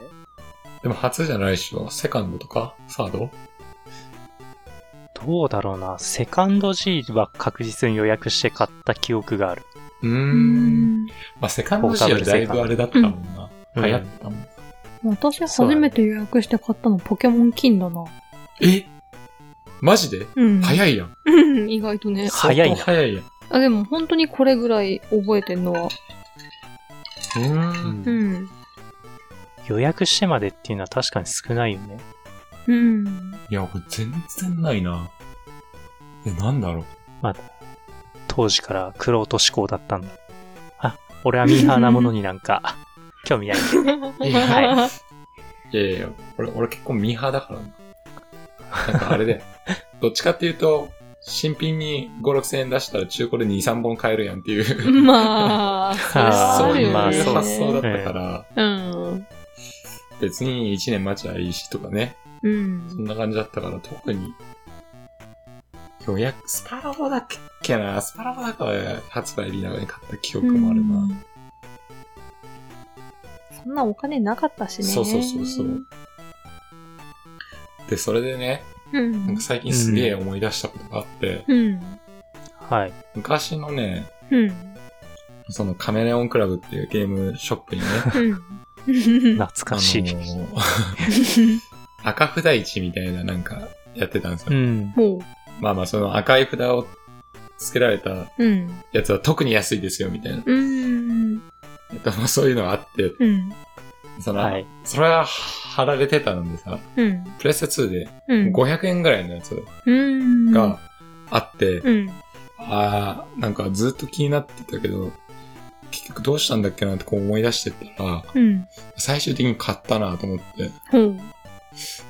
Speaker 2: でも初じゃないでしょセカンドとかサード
Speaker 3: どうだろうな。セカンド G は確実に予約して買った記憶がある。
Speaker 2: うー。
Speaker 1: うんん。
Speaker 2: まあ、セカンドシーはだいぶあれだったもんな。
Speaker 3: うん
Speaker 2: 流行ってたもん。
Speaker 1: 私初
Speaker 3: そうだね
Speaker 1: めて予約して買ったのポケモン金だな。
Speaker 2: えマジで
Speaker 1: うん。
Speaker 2: 早いやん。
Speaker 1: うん意外とね。
Speaker 3: 早いな
Speaker 2: 相当早いやん。
Speaker 1: あ、でも本当にこれぐらい覚えてんのは。
Speaker 2: うーん。
Speaker 1: うん。
Speaker 3: 予約してまでっていうのは確かに少ないよね。
Speaker 1: うん。
Speaker 2: いや、俺全然ないな。え、なんだろう。
Speaker 3: 当時から苦労と志向だったんだ。あ、俺はミーハーなものにな んか、興味ない。はい
Speaker 2: やいや、俺、俺結構ミーハーだからな。なんかあれで、どっちかっていうと、新品に5、6000円出したら中古で2、3本買えるやんっていう、
Speaker 1: まあ、それは
Speaker 2: そ
Speaker 1: あ
Speaker 2: う
Speaker 1: る
Speaker 2: いう
Speaker 1: よね。
Speaker 3: まあそう
Speaker 2: 発想だったから、
Speaker 1: うん。
Speaker 2: 別に1年待ちゃいいしとかね、
Speaker 1: うん
Speaker 2: そ。んな感じだったから、特に、予約、スパラボだっけな、スパラボだから発売日ながに買った記憶もあるな。
Speaker 1: そんなお金なかったしね。
Speaker 2: そうそうそうそう。で、それでね、
Speaker 1: うん。
Speaker 2: なんか最近すげえ思い出したことがあって、
Speaker 1: うん。
Speaker 3: はい。
Speaker 2: 昔のね、
Speaker 1: うん。
Speaker 2: そのカメレオンクラブっていうゲームショップにね、
Speaker 1: うん。
Speaker 3: 懐かしい。
Speaker 2: ー赤札市みたいななんかやってたんですよ。
Speaker 3: うん。
Speaker 1: も
Speaker 2: まあまあその赤い札をつけられた
Speaker 1: う。うん。
Speaker 2: やつは特に安いですよみたいな。
Speaker 1: うん。
Speaker 2: えっと、まあそういうのがあって、
Speaker 1: うん。
Speaker 2: その、
Speaker 3: はい。
Speaker 2: それは貼られてたのでさ、
Speaker 1: うん。
Speaker 2: プレステ2で
Speaker 1: うん。
Speaker 2: 500円ぐらいのやつ
Speaker 1: うん。
Speaker 2: があって、
Speaker 1: うん。
Speaker 2: ああ、なんかずっと気になってたけど、結局どうしたんだっけなってこう思い出してったら、
Speaker 1: うん。
Speaker 2: 最終的に買ったなと思って、
Speaker 1: ほう。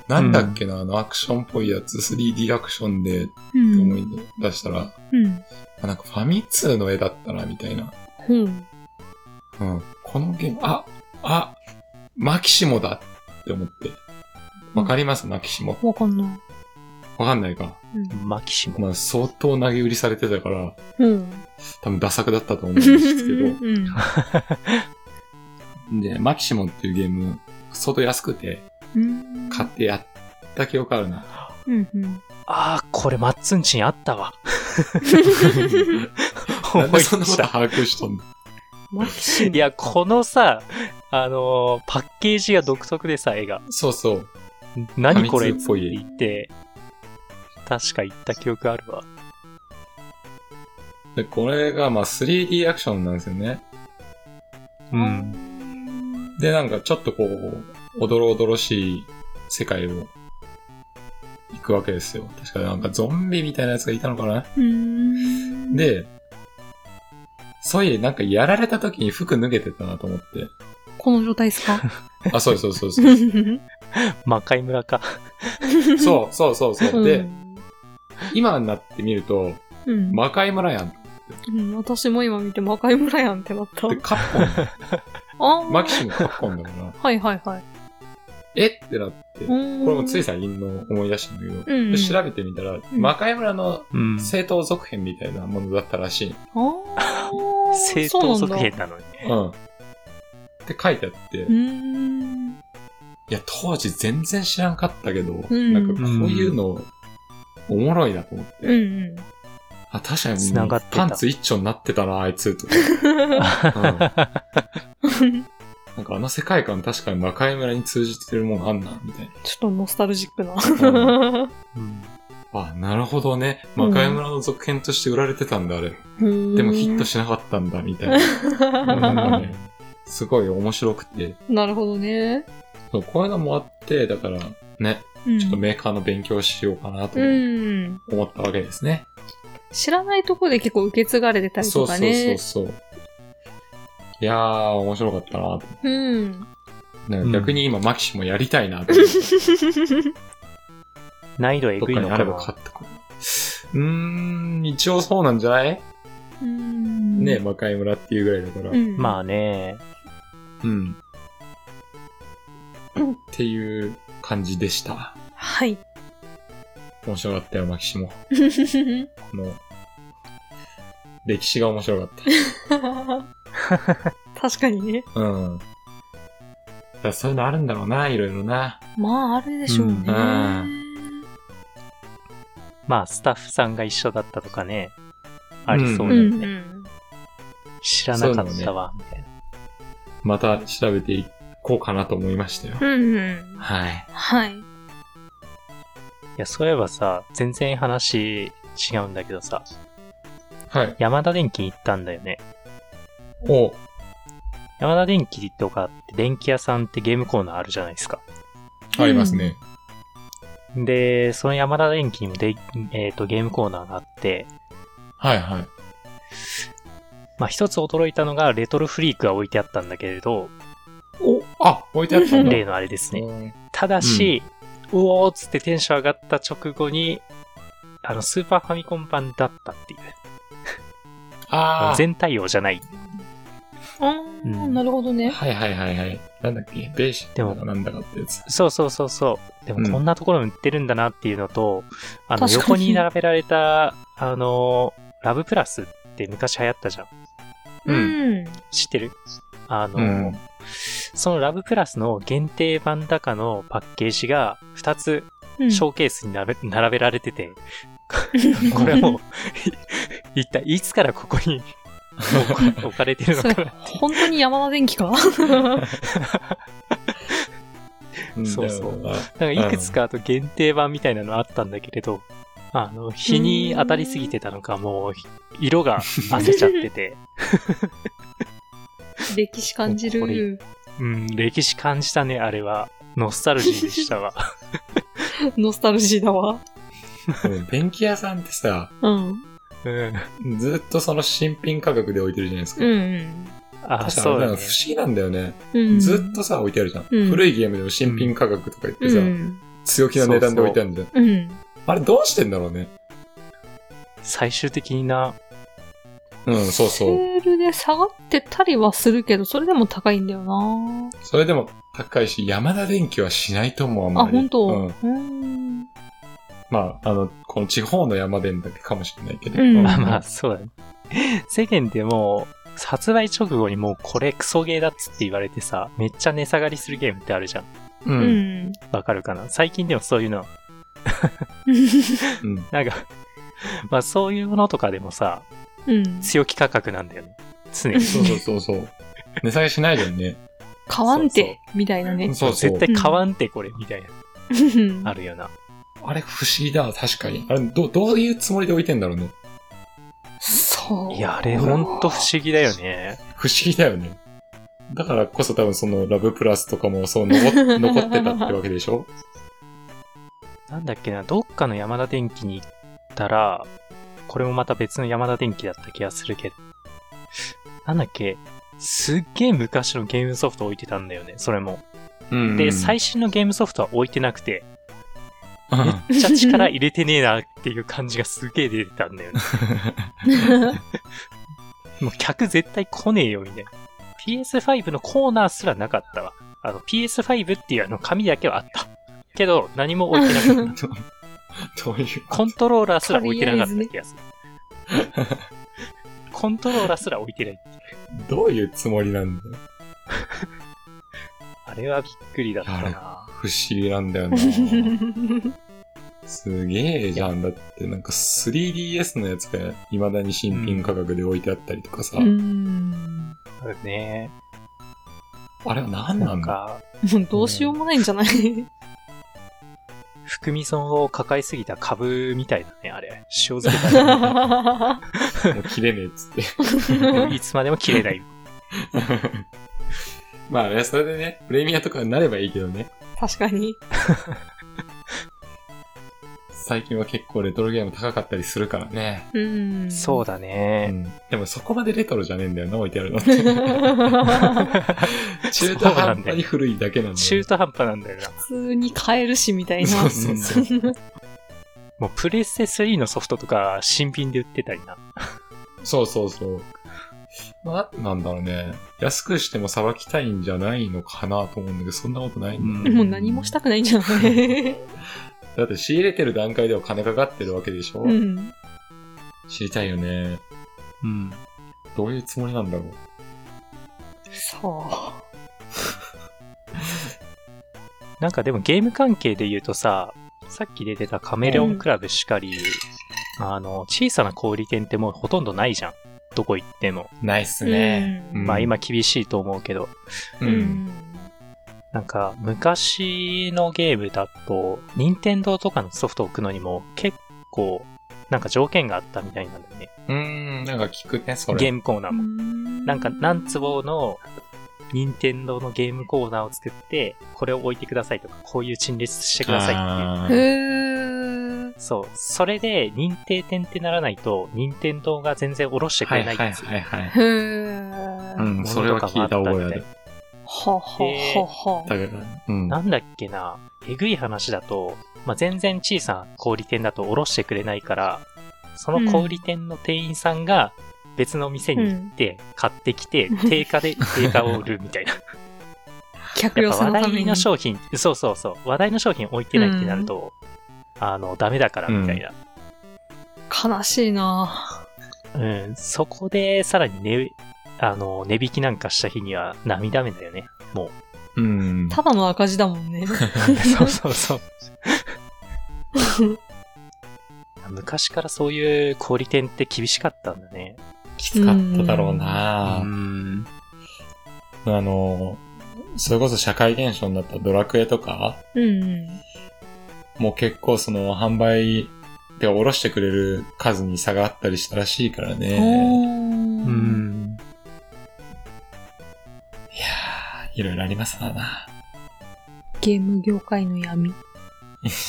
Speaker 2: なんだっけな、あのアクションっぽいやつ、3D アクションでって
Speaker 1: う
Speaker 2: 思い
Speaker 1: ん。
Speaker 2: 出したら、
Speaker 1: うん。
Speaker 2: あなんかファミ通の絵だったな、みたいな。
Speaker 1: ほう。
Speaker 2: うん。このゲーム、あ、あ、マキシモだって思って。わかります、マキシモ。
Speaker 1: わかんない。
Speaker 2: わかんないか。
Speaker 1: うん。
Speaker 3: マキシモ。
Speaker 2: まあ、相当投げ売りされてたから、
Speaker 1: ほう。
Speaker 2: 多分ダサくだったと思うん
Speaker 1: う
Speaker 2: ですけど。
Speaker 1: ん。
Speaker 2: で、マキシモっていうゲーム、相当安くて、
Speaker 1: うん。
Speaker 2: 買ってやった記憶あるな。
Speaker 1: うん。うん。
Speaker 3: ああ、これマッツンチにあったわ。思
Speaker 2: ないん
Speaker 3: 出
Speaker 2: でそんなこ
Speaker 3: し
Speaker 2: と
Speaker 3: た。
Speaker 2: 把握しとんの
Speaker 1: マキシ
Speaker 3: いや、このさ、あのーパッケージが独特でさ、絵が。
Speaker 2: そうそう。
Speaker 3: 何これっ
Speaker 2: 紙
Speaker 3: て
Speaker 2: 通っぽい
Speaker 3: 言って、確か言った記憶あるわ。
Speaker 2: で、これがまあ 3D アクションなんですよね。
Speaker 3: うん。
Speaker 2: で、なんかちょっとこう、おどろおどろしい世界を行くわけですよ。確かなんかゾンビみたいなやつがいたのかな
Speaker 1: うん。、
Speaker 2: で、そういえなんかやられた時に服脱げてたなと思って。
Speaker 1: この状態ですか
Speaker 2: あ、そうそうそ うそう。
Speaker 1: そ
Speaker 3: 魔界村か。
Speaker 2: そうそうそうそう。で、
Speaker 1: ん、
Speaker 2: 今になってみると、
Speaker 1: うん
Speaker 2: 魔界村やん。
Speaker 1: うん私も今見て魔界村やんってなった
Speaker 2: で、。カッコ
Speaker 1: あー
Speaker 2: ン、マキシムカッコンだから、
Speaker 1: はいはいはい。
Speaker 2: えってなって、こ
Speaker 1: れ
Speaker 2: れもつい最近の思い出したんだけど、
Speaker 1: うん
Speaker 2: で調べてみたら、
Speaker 1: ん
Speaker 2: 魔界村の
Speaker 3: うん。
Speaker 2: 正当続編みたいなものだったらしい。
Speaker 1: あー
Speaker 3: 正当続編なのに。
Speaker 2: うん。って書いてあって、
Speaker 1: そう
Speaker 2: い
Speaker 1: なんだ。
Speaker 2: や、当時全然知らんかったけど、
Speaker 1: ん
Speaker 2: なんかこういうの、おもろいなと思って。
Speaker 1: うーん。うん
Speaker 2: あ、確かに
Speaker 3: 繋がってた
Speaker 2: パンツ一丁になってたな、あいつ、とか。う ん、
Speaker 1: うん。
Speaker 2: なんかあの世界観確かに魔界村に通じてるもんあんな、みたいな。
Speaker 1: ちょっとノスタルジックな。
Speaker 3: うん
Speaker 2: あ、なるほどね。魔界村の続編として売られてたんだ、あれ。で
Speaker 1: で
Speaker 2: もヒッ トしなかったんだ、みたいな。なんかねすごい面白くて。
Speaker 1: なるほどね。
Speaker 2: そうこういうのもあって、だから、ね、
Speaker 1: うん
Speaker 2: ちょっとメーカーの勉強しようかなと
Speaker 1: うん。
Speaker 2: 思ったわけですね。
Speaker 1: 知らないとこで結構受け継がれてたり
Speaker 2: そ
Speaker 1: と
Speaker 2: う
Speaker 1: か
Speaker 2: そうそ
Speaker 1: ね
Speaker 2: う。そう。いやー、面白かったなと。
Speaker 1: うん。
Speaker 2: なん
Speaker 3: う
Speaker 2: か
Speaker 3: ん
Speaker 2: 逆に今、マキシもやりたい なと思って。
Speaker 3: 難易度え
Speaker 2: どっ
Speaker 3: ぐい
Speaker 2: か
Speaker 3: の
Speaker 2: にあ
Speaker 3: か
Speaker 2: れ
Speaker 3: な
Speaker 2: ば買ってこう。うーん、一応そうなんじゃない
Speaker 1: うん
Speaker 2: ね、魔界村っていうぐらいだから。
Speaker 1: うん
Speaker 3: まあね。
Speaker 2: うん。っていう感じでした。
Speaker 1: はい。
Speaker 2: 面白かったよ、マキシも。この、歴史が面白かっ
Speaker 1: 確かにね。
Speaker 2: た。うん。だからそういうのあるんだろうな、いろいろな。
Speaker 1: まあ、あるでしょうね。
Speaker 2: うん
Speaker 3: まあ、スタッフさんが一緒だったとかね、ありそう
Speaker 1: う
Speaker 3: だ
Speaker 1: ん
Speaker 3: よね。
Speaker 1: うん。
Speaker 3: 知らなかったわ、みたいな。
Speaker 2: また調べていこうかなと思いましたよ。
Speaker 1: うんうん。
Speaker 2: はい。
Speaker 1: はい。
Speaker 3: いや、そういえばさ、全然話違うんだけどさ、
Speaker 2: はい。
Speaker 3: 山田電機に行ったんだよね。
Speaker 2: お、
Speaker 3: 山田電機とかって電気屋さんってゲームコーナーあるじゃないですか。
Speaker 2: ありますね。
Speaker 3: で、その山田電機にもで、えー、とゲームコーナーがあって、
Speaker 2: はいはい。
Speaker 3: まあ一つ驚いたのがレトロフリークが置いてあったんだけれど、
Speaker 2: お、あ、置いてあったんだ。
Speaker 3: 例のあれですね。
Speaker 2: うん
Speaker 3: ただし、うおーっつってテンション上がった直後に、あの、スーパーファミコン版だったっていう。
Speaker 2: ああ。
Speaker 3: 全対応じゃない。
Speaker 1: あー、
Speaker 3: うん
Speaker 1: なるほどね。
Speaker 2: はいはいはいはい。なんだっけ、ベーシック
Speaker 3: でも
Speaker 2: だかなんだかってやつ。
Speaker 3: そうそうそうそう。で
Speaker 2: う
Speaker 3: も
Speaker 2: ん
Speaker 3: こんなところに売ってるんだなっていうのと、あの、
Speaker 1: 確かに
Speaker 3: 横に並べられた、あの、ラブプラスって昔流行ったじゃん。
Speaker 1: う。
Speaker 2: うん
Speaker 3: 知ってるあの、
Speaker 2: うん
Speaker 3: そのラブプラスの限定版高のパッケージが2つ
Speaker 1: うん
Speaker 3: ショーケースに並べ,、並べられてて、これはもう、 一体いつからここに 置かれてるの
Speaker 1: それ
Speaker 3: かな。
Speaker 1: 本当に山田電機か
Speaker 2: ん
Speaker 3: そうそう
Speaker 2: だから
Speaker 3: なんかいくつかあと限定版みたいなのあったんだけれど、あの、日に当たりすぎてたのか、もう、色が褪せちゃっ てて、
Speaker 1: 歴史感じ
Speaker 3: これ
Speaker 1: る。
Speaker 3: うん、歴史感じたね、あれは。ノスタルジーでしたわ。
Speaker 1: ノスタルジーだわ。
Speaker 2: うん電気屋さんってさ、
Speaker 1: うん。
Speaker 3: うん。
Speaker 2: ずっとその新品価格で置いてるじゃないですか。
Speaker 1: うん
Speaker 3: あ、
Speaker 2: 確か
Speaker 3: そ
Speaker 2: に
Speaker 3: う
Speaker 2: あれ
Speaker 3: だ
Speaker 2: なんか
Speaker 3: ね
Speaker 2: 不。思議なんだよね。
Speaker 1: うん。
Speaker 2: ずっとさ、置いてあるじゃん。
Speaker 1: うん
Speaker 2: 古いゲームでも新品価格とか言ってさ、
Speaker 1: うん。
Speaker 2: 強気な値段で置いてあるじゃん。
Speaker 1: うん。
Speaker 2: あれどうしてんだろうね。
Speaker 3: 最終的にな、
Speaker 2: うん、そ
Speaker 1: セ
Speaker 2: うそう。
Speaker 1: ールで下がってたりはするけど、それでも高いんだよな。
Speaker 2: それでも高いし、山田電機はしないと思う、あんま
Speaker 1: あ、
Speaker 2: り。
Speaker 1: 本当。
Speaker 2: うん。
Speaker 1: うん。
Speaker 2: まあ、あの、この地方の山電だけかもしれないけど。
Speaker 1: うん
Speaker 3: まあまあ、そうだね。世間でもう、発売直後にもうこれクソゲーだっつって言われてさ、めっちゃ値下がりするゲームってあるじゃん。
Speaker 1: う
Speaker 2: う。
Speaker 1: んん。
Speaker 3: わかるかな最近でもそういうの、
Speaker 2: うん。
Speaker 3: なんか、 まあそういうものとかでもさ、
Speaker 1: うん。
Speaker 3: 強気価格なんだよね。常に。
Speaker 2: そうそうそうそう。値下げしないじゃんね。
Speaker 1: 買わん
Speaker 3: そう
Speaker 1: て、みたいなね。
Speaker 2: そうそう
Speaker 3: 絶。対買わんてこれ、みたいな、
Speaker 1: うん
Speaker 3: あるよな。
Speaker 2: あれ不思議だ、確かに。あれ、ど、どういうつもりで置いてんだろうね。
Speaker 1: そう。
Speaker 3: いや、あれほんと不思議だよね。
Speaker 2: 不思議だよね。だからこそ多分そのラブプラスとかもそう残残ってたってわけでしょ
Speaker 3: なんだっけな、どっかの山田電機に行ったら、これもまた別の山田電機だった気がするけど、なんだっけ、すっげえ昔のゲームソフト置いてたんだよね、それも。
Speaker 2: うん
Speaker 3: で、最新のゲームソフトは置いてなくて、
Speaker 2: うん
Speaker 3: めっちゃ力入れてねえなっていう感じがすげえ出てたんだよね。 もう客絶対来ねえよ、みたいな。PS5 のコーナーすらなかったわ。あの、PS5 っていうあの紙だけはあった。けど、何も置いてな かった。
Speaker 2: どういう。
Speaker 3: コントローラーすら置いてなかった気がする。コントローラーすら置いてない。
Speaker 2: どういうつもりなんだよ。
Speaker 3: あれはびっくりだった
Speaker 2: い
Speaker 3: な。
Speaker 2: 不思議なんだよな。すげえじゃん。だってなんか 3DS のやつが未だに新品価格で置いてあったりとかさ。
Speaker 1: うん。
Speaker 3: あるね。
Speaker 2: あれは何な
Speaker 3: なんん
Speaker 2: だ
Speaker 3: か、
Speaker 1: もうどうしようもないんじゃない
Speaker 3: 含み損を抱えすぎた株みたいだね、あれ。塩漬けた
Speaker 2: もう切れねえっつって。
Speaker 3: ねいつまでも切れない。
Speaker 2: まあね、それでね、プレミアとかになればいいけどね。
Speaker 1: 確かに。
Speaker 2: 最近は結構レトロゲーム高かったりするからね。
Speaker 1: うん。
Speaker 3: そうだ
Speaker 2: う
Speaker 3: ね。
Speaker 2: んでもそこまでレトロじゃねえんだよな、置いてあるのって。
Speaker 1: 普
Speaker 2: 中途半端に古いだけなんだよ
Speaker 3: 中途半端なんだよな。
Speaker 1: 通に買えるし、みたいな。
Speaker 2: そうそうそう。
Speaker 3: もうプレステ3のソフトとか新品で売ってたりな。
Speaker 2: そうそうそう。な、なんだろうね。安くしてもさばきたいんじゃないのかなと思うんだけど、そんなことないんだ、
Speaker 3: うん
Speaker 1: もう何もしたくないんじ ゃない
Speaker 2: だって仕入れてる段階では金かかってるわけでしょ、
Speaker 1: うん。
Speaker 2: 知りたいよね。
Speaker 3: うん。
Speaker 2: どういうつもりなんだろう。
Speaker 1: そ
Speaker 3: なんかでもゲーム関係で言うとさ、さっき出てたカメレオンクラブしかり、あの、小さな小売店ってもうほとんどないじゃん。どこ行っても。
Speaker 2: ないっすね。
Speaker 1: うん
Speaker 2: うん
Speaker 3: まあ今厳しいと思うけど、
Speaker 2: う。
Speaker 1: うんん。
Speaker 3: なんか昔のゲームだと、任天堂とかのソフトを置くのにも結構、なんか条件があったみたいなんだよね。
Speaker 2: うん、なんか聞くね、それ。
Speaker 3: ゲームコーナーも。
Speaker 1: な
Speaker 3: なんか何坪の任天堂のゲームコーナーを作って、これを置いてくださいとか、こういう陳列してくださいっていう。
Speaker 2: あ
Speaker 1: へー。
Speaker 2: ー
Speaker 3: そう。それで認定店ってならないと、任天堂が全然おろしてく
Speaker 2: は
Speaker 3: れ
Speaker 2: い
Speaker 3: な
Speaker 2: はいい
Speaker 3: んですよ。
Speaker 2: はいはい。
Speaker 1: へー。
Speaker 2: う
Speaker 1: は
Speaker 2: ん、それは聞いた覚えある。
Speaker 1: ははは。
Speaker 2: だから、うん。
Speaker 3: なんだっけな、えぐい話だと、まあ、全然小さな小売店だとおろしてくれないから、その小売店の店員さんが別の店に行って、買ってきて、定価で定価を売るみたいな。
Speaker 1: 客寄
Speaker 3: やっぱ
Speaker 1: せの
Speaker 3: 話
Speaker 1: ため
Speaker 3: 題
Speaker 1: に
Speaker 3: の。商品、そうそうそう、話題の商品置いてないってなると、あの、ダメだからみたいな。
Speaker 1: 悲しいな
Speaker 3: うん、そこでさらに値、あの、値引きなんかした日には涙目だよね。も
Speaker 2: うん。
Speaker 1: ただの赤字だもん ね。
Speaker 3: う。そうそうそう。昔からそういう小売店って厳しかったんだね。
Speaker 2: きつかっただろうな
Speaker 3: うん。
Speaker 2: あの、それこそ社会現象になったドラクエとか、
Speaker 1: うんうん。
Speaker 2: もう結構その販売でおろしてくれる数に差があったりしたらしいからね。いや
Speaker 1: お
Speaker 3: う
Speaker 1: ー
Speaker 3: ん。
Speaker 2: ー、いろいろありますわな。
Speaker 1: ゲーム業界の闇。
Speaker 2: い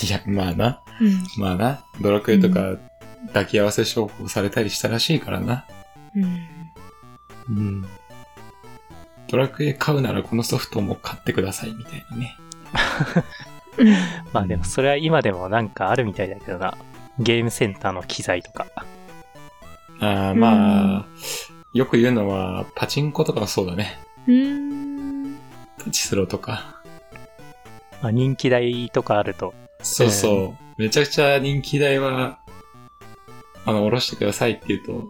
Speaker 2: や、まあな、
Speaker 1: うん。
Speaker 2: まあな、ドラクエとか抱き合わせ商法されたりしたらしいからな。
Speaker 1: うん。
Speaker 3: うん。
Speaker 2: ドラクエ買うならこのソフトも買ってくださいみたいなね。
Speaker 3: まあでもそれは今でもなんかあるみたいだけどな。ゲームセンターの機材とか。
Speaker 2: あー
Speaker 1: うん
Speaker 2: まあ、よく言うのはパチンコとかはそうだね。
Speaker 1: うん。
Speaker 2: パチスロとか。
Speaker 3: まあ、人気台とかあると。
Speaker 2: そうそう。めちゃくちゃ人気台は、あの、おろしてくださいって言うと、う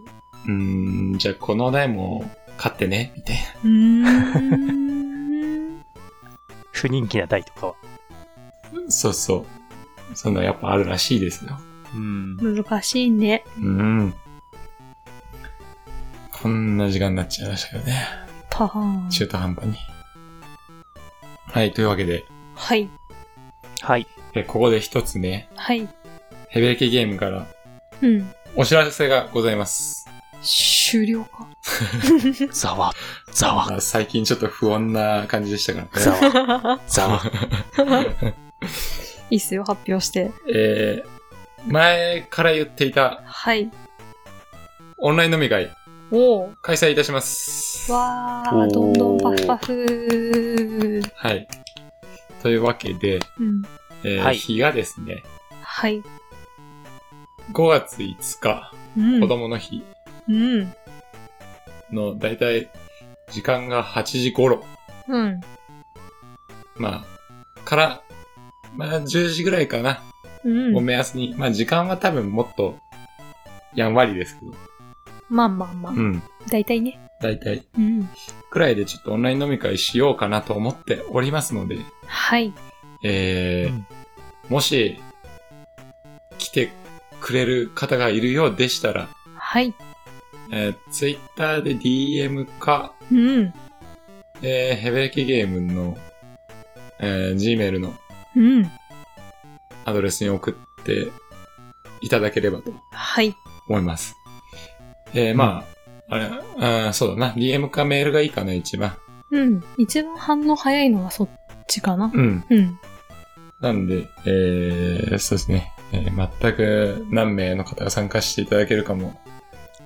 Speaker 2: ーん、じゃあこの台も買ってね、みたい
Speaker 1: う
Speaker 2: な。
Speaker 1: ん。
Speaker 3: 不人気な台とかは。
Speaker 2: そうそう。そんなやっぱあるらしいですよ。
Speaker 3: うん。
Speaker 1: 難しいね。
Speaker 2: うん。こんな時間になっちゃいましたけどね。
Speaker 1: パーン。
Speaker 2: 中途半端に。はい、というわけで、
Speaker 1: はい。
Speaker 3: はい。
Speaker 2: えここで一つね、
Speaker 1: はい。
Speaker 2: ヘベレケゲームから
Speaker 1: うん。
Speaker 2: お知らせがございます。
Speaker 1: 終了か。
Speaker 3: ざわ。ざわ。
Speaker 2: まあ最近ちょっと不穏な感じでしたから
Speaker 3: ざ
Speaker 2: ね。
Speaker 3: わ。ざわ。
Speaker 1: いいっすよ、発表して。
Speaker 2: えー、前から言っていた
Speaker 1: はい。
Speaker 2: オンライン飲み会、
Speaker 1: おー。
Speaker 2: 開催いたします。
Speaker 1: わ
Speaker 3: お
Speaker 1: ー、
Speaker 3: ー
Speaker 1: どんどんパフパフ。
Speaker 2: はい。というわけで、
Speaker 1: うん。
Speaker 2: えー
Speaker 3: はい
Speaker 2: 日がですね、
Speaker 1: はい。
Speaker 2: 5月5日、
Speaker 1: うん
Speaker 2: 子。供の日
Speaker 1: うん。
Speaker 2: の、だいたい時間が8時頃、
Speaker 1: うん。
Speaker 2: まあ、から、まあ10時ぐらいかな、
Speaker 1: うん
Speaker 2: を。目安に、まあ時間は多分もっと、やんわりですけど、
Speaker 1: まあまあまあ。
Speaker 2: うん。
Speaker 1: だいたいね。
Speaker 2: だいたい
Speaker 1: うん。
Speaker 2: くらいでちょっとオンライン飲み会しようかなと思っておりますので、
Speaker 1: はい。
Speaker 2: えー
Speaker 3: うん
Speaker 2: もし、来てくれる方がいるようでしたら、
Speaker 1: はい。
Speaker 2: えー、Twitter で DM か、
Speaker 1: うん。
Speaker 2: えー、ヘベレキゲームの、えー、Gmail の
Speaker 1: うん。
Speaker 2: アドレスに送っていただければと
Speaker 1: はい。
Speaker 2: 思います。えー、まあ、あれ、あーそうだな、DM かメールがいいかな、一番。
Speaker 1: うん。一番反応早いのはそっちかな。
Speaker 2: うん。
Speaker 1: うん。
Speaker 2: なんで、えー、そうですね、えー全く何名の方が参加していただけるかも、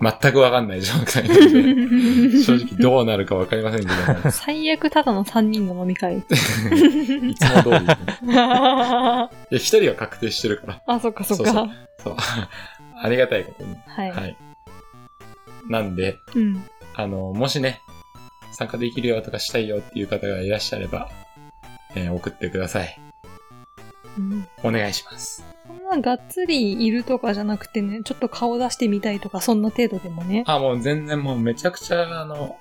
Speaker 2: 全くわかんない状態なの で、正直どうなるかわかりませんけども、
Speaker 1: 最悪ただの3人の飲み会。
Speaker 2: いつも通りですね。
Speaker 1: あ、
Speaker 2: いや、一人は確定してるから、
Speaker 1: そっかそっ
Speaker 2: そうそ
Speaker 1: か。
Speaker 2: そう。ありがたいことに。
Speaker 1: はい。
Speaker 2: はい。なんで、
Speaker 1: うん。
Speaker 2: あの、もしね、参加できるよとかしたいよっていう方がいらっしゃれば、えー送ってください。
Speaker 1: うん
Speaker 2: お願いします。
Speaker 1: そんながっつりいるとかじゃなくてね、ちょっと顔出してみたいとか、そんな程度でもね。
Speaker 2: あ、もう全然もうめちゃくちゃ、あの、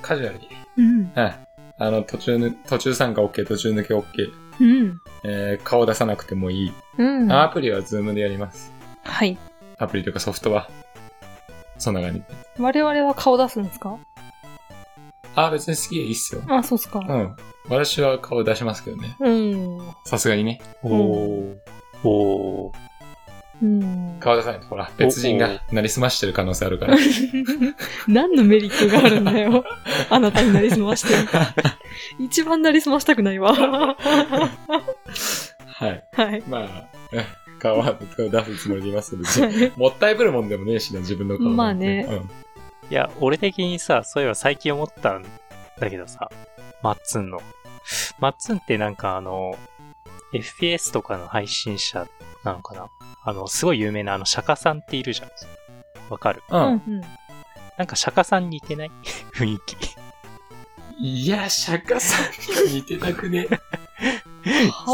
Speaker 2: カジュアルに
Speaker 1: うん。
Speaker 2: はい。あの、途中ぬ、途中参加 OK、途中抜け OK。
Speaker 1: うん。
Speaker 2: えー顔出さなくてもいい。
Speaker 1: うん。
Speaker 2: アプリはズームでやります。
Speaker 1: はい。
Speaker 2: アプリというかソフトは。そんな感じ。
Speaker 1: 我々は顔出すんですか
Speaker 2: あー、別に好きでいいっすよ。
Speaker 1: あ、そうっすか。
Speaker 2: うん。私は顔出しますけどね。
Speaker 1: うん。
Speaker 2: さすがにね。
Speaker 3: おー。おー。
Speaker 1: うん。
Speaker 2: 顔出さないと、ほら、別人がなりすましてる可能性あるから。
Speaker 1: 何のメリットがあるんだよ。 あなたになりすまして。一番なりすましたくないわ。は
Speaker 2: はい。
Speaker 1: い。
Speaker 2: まあ、え顔は顔出すつもりでいますけど、別にもったいぶるもんでもねえしな、自分の顔なんて。
Speaker 1: ま
Speaker 2: うん。
Speaker 3: いや、俺的にさ、そういえば最近思ったんだけどさ、マッツンの。マッツンってなんかあの、FPS とかの配信者なのかなあの、すごい有名なあの、釈迦さんっているじゃん。わかる
Speaker 1: うん
Speaker 2: うん。
Speaker 1: うん。
Speaker 3: なんか釈迦さん似てない 雰囲気。
Speaker 2: いや、釈迦さんに似てなくね。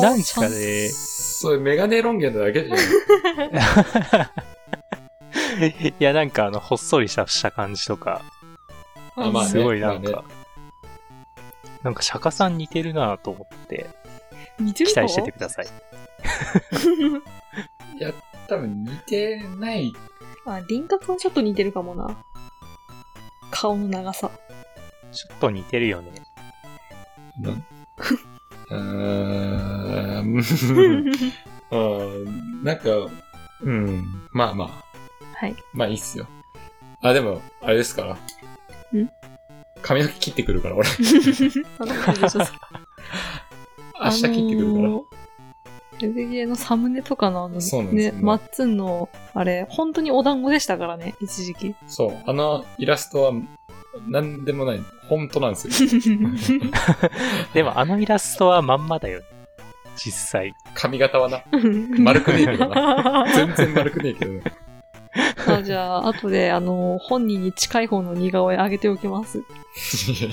Speaker 3: なんですかね。
Speaker 2: それ、メガネロン毛なだけじゃん。
Speaker 3: いや、なんかあの、ほっそりしたした感じとか、
Speaker 2: あまあね
Speaker 3: すごいなん
Speaker 2: まあ
Speaker 3: か、なんか釈迦さん似てるなと思って、
Speaker 1: 似てる
Speaker 3: 期
Speaker 1: か
Speaker 3: 待しててください。
Speaker 2: いや、多分似てない。
Speaker 1: あ、輪郭はちょっと似てるかもな。顔の長さ。
Speaker 3: ちょっと似てるよね。
Speaker 2: うーん。
Speaker 1: は
Speaker 2: うんなんか、うん。まあまあ。
Speaker 1: い。
Speaker 2: まあいいっすよ。あ、でも、あれですから。
Speaker 1: ん
Speaker 2: 髪の毛切ってくるから、俺。
Speaker 1: あの感じでしょ
Speaker 2: 明日切ってくるから。
Speaker 1: あのーレゼゲーのサムネとかのあの、
Speaker 2: そうなんで
Speaker 1: ね、
Speaker 2: すよ
Speaker 1: マッツンの、あれ、本当にお団子でしたからね、一時期。
Speaker 2: そう。あのイラストは、なんでもない。本当なんです よ。
Speaker 3: でもあのイラストはまんまだよね。実際。
Speaker 2: 髪型はな。 丸くねえけどな。全然丸くねえけどね。
Speaker 1: あじゃあ、後で、あのー、本人に近い方の似顔絵あげておき ます。
Speaker 2: いやい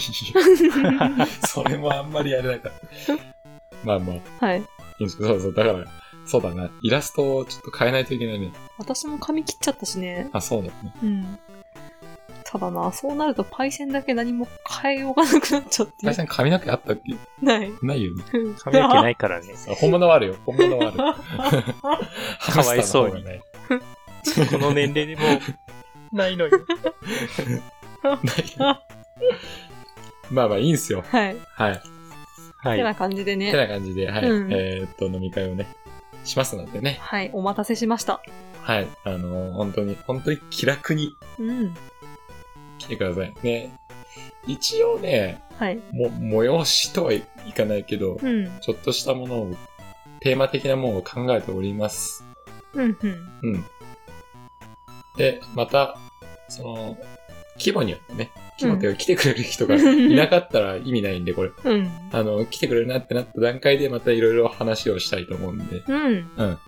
Speaker 2: やそれもあんまりやれなかった。まあまあ、い
Speaker 1: はい。
Speaker 2: いんですけ ど、そうそう、だから、そうだな。イラストをちょっと変えないといけないね。
Speaker 1: 私も髪切っちゃったしね。
Speaker 2: あ、そうだね。
Speaker 1: うん。ただな、そうなるとパイセンだけ何も変えようがなくなっちゃって。
Speaker 2: 大さん髪の毛あったっけ
Speaker 1: ない。
Speaker 2: ないよね。
Speaker 3: 髪の毛ないから ね。
Speaker 2: あ本物はあるよ。本物はある。
Speaker 3: かわいそうに
Speaker 2: にない。
Speaker 3: この年齢 でもう、ないのよ。
Speaker 2: まあまあいいんすよ。
Speaker 1: はい。
Speaker 2: はい。
Speaker 3: は。
Speaker 1: てない感じで
Speaker 2: て
Speaker 1: ね。
Speaker 2: な感じで、はい。
Speaker 1: うん
Speaker 2: えーっと、飲み会をね、しますのでね。
Speaker 1: はい、お待たせしました。
Speaker 2: はい。あのー本当に、本当に気楽に
Speaker 1: うん。
Speaker 2: 来てください。ね。一応ね、
Speaker 1: はい。
Speaker 2: も、催しとはいかないけど、
Speaker 1: うん。
Speaker 2: ちょっとしたものを、テーマ的なものを考えております。
Speaker 1: うん、うん。
Speaker 2: うん。で、また、その、規模によってね、規模っていうか来てくれる人がいなかったら意味ないんで、これ。
Speaker 1: うん。
Speaker 2: あの、来てくれるなってなった段階でまたいろいろ話をしたいと思うんで、
Speaker 1: うん。
Speaker 2: うん。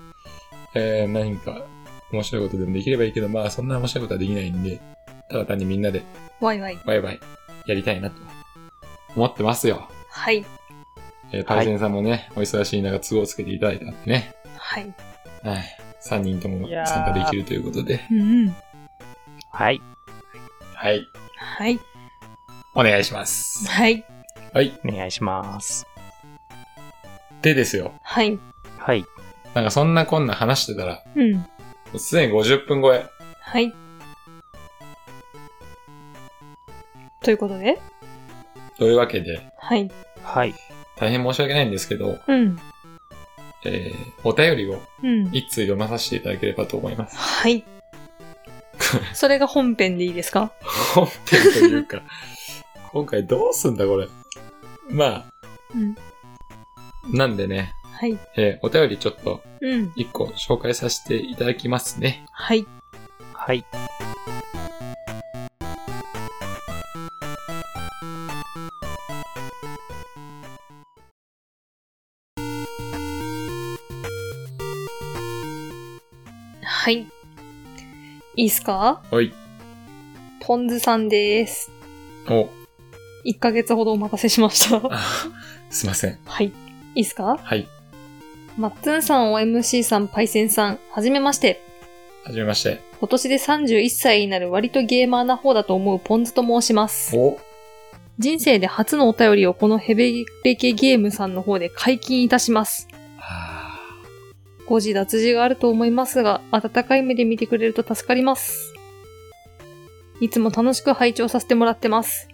Speaker 2: えー、何か面白いことでもできればいいけど、まあそんな面白いことはできないんで、ただ単にみんなで
Speaker 1: わいわい。
Speaker 2: ワイワイやりたいなと思ってますよ。
Speaker 1: はい。
Speaker 2: えー、パイセンさんもね、お忙しい中都合つけていただいたんでね、
Speaker 1: はい。
Speaker 2: はい。3人とも
Speaker 3: いやー
Speaker 2: 参加できるということで、
Speaker 1: うん、うん。
Speaker 3: はい。
Speaker 2: はい。
Speaker 1: はい。
Speaker 2: お願いします。
Speaker 1: はい。
Speaker 2: はい。
Speaker 3: お願いします。
Speaker 2: でですよ。
Speaker 1: はい。
Speaker 3: はい。
Speaker 2: なんかそんなこんな話してたら、
Speaker 1: うん。
Speaker 2: もうすでに50分超え。
Speaker 1: はい。ということで、
Speaker 2: というわけで、
Speaker 1: はい。
Speaker 3: はい。
Speaker 2: 大変申し訳ないんですけど、
Speaker 1: うん。
Speaker 2: えー、お便りを
Speaker 1: うん。
Speaker 2: 一通読まさせていただければと思います。
Speaker 1: はい。それが本編でいいですか
Speaker 2: 本編というか、今回どうすんだこれ。まあ、
Speaker 1: うん。
Speaker 2: なんでね、
Speaker 1: はい。
Speaker 2: えーお便りちょっと
Speaker 1: うん。
Speaker 2: 一個紹介させていただきますね。
Speaker 1: はい。
Speaker 3: はい。
Speaker 1: はい。いいっすか
Speaker 2: はい。
Speaker 1: ポンズさんです。
Speaker 2: お、
Speaker 1: 1ヶ月ほどお待たせしました。
Speaker 2: あすいません。
Speaker 1: はい。いいっすか
Speaker 2: はい。
Speaker 1: マッツンさん、OMC さん、パイセンさん、はじめまして。
Speaker 2: はじめまして。
Speaker 1: 今年で31歳になる割とゲーマーな方だと思うポンズと申します。
Speaker 2: お、
Speaker 1: 人生で初のお便りをこのヘベレケゲームさんの方で解禁いたします。
Speaker 2: あ
Speaker 1: 誤字脱字があると思いますが、温かい目で見てくれると助かります。いつも楽しく拝聴させてもらってます。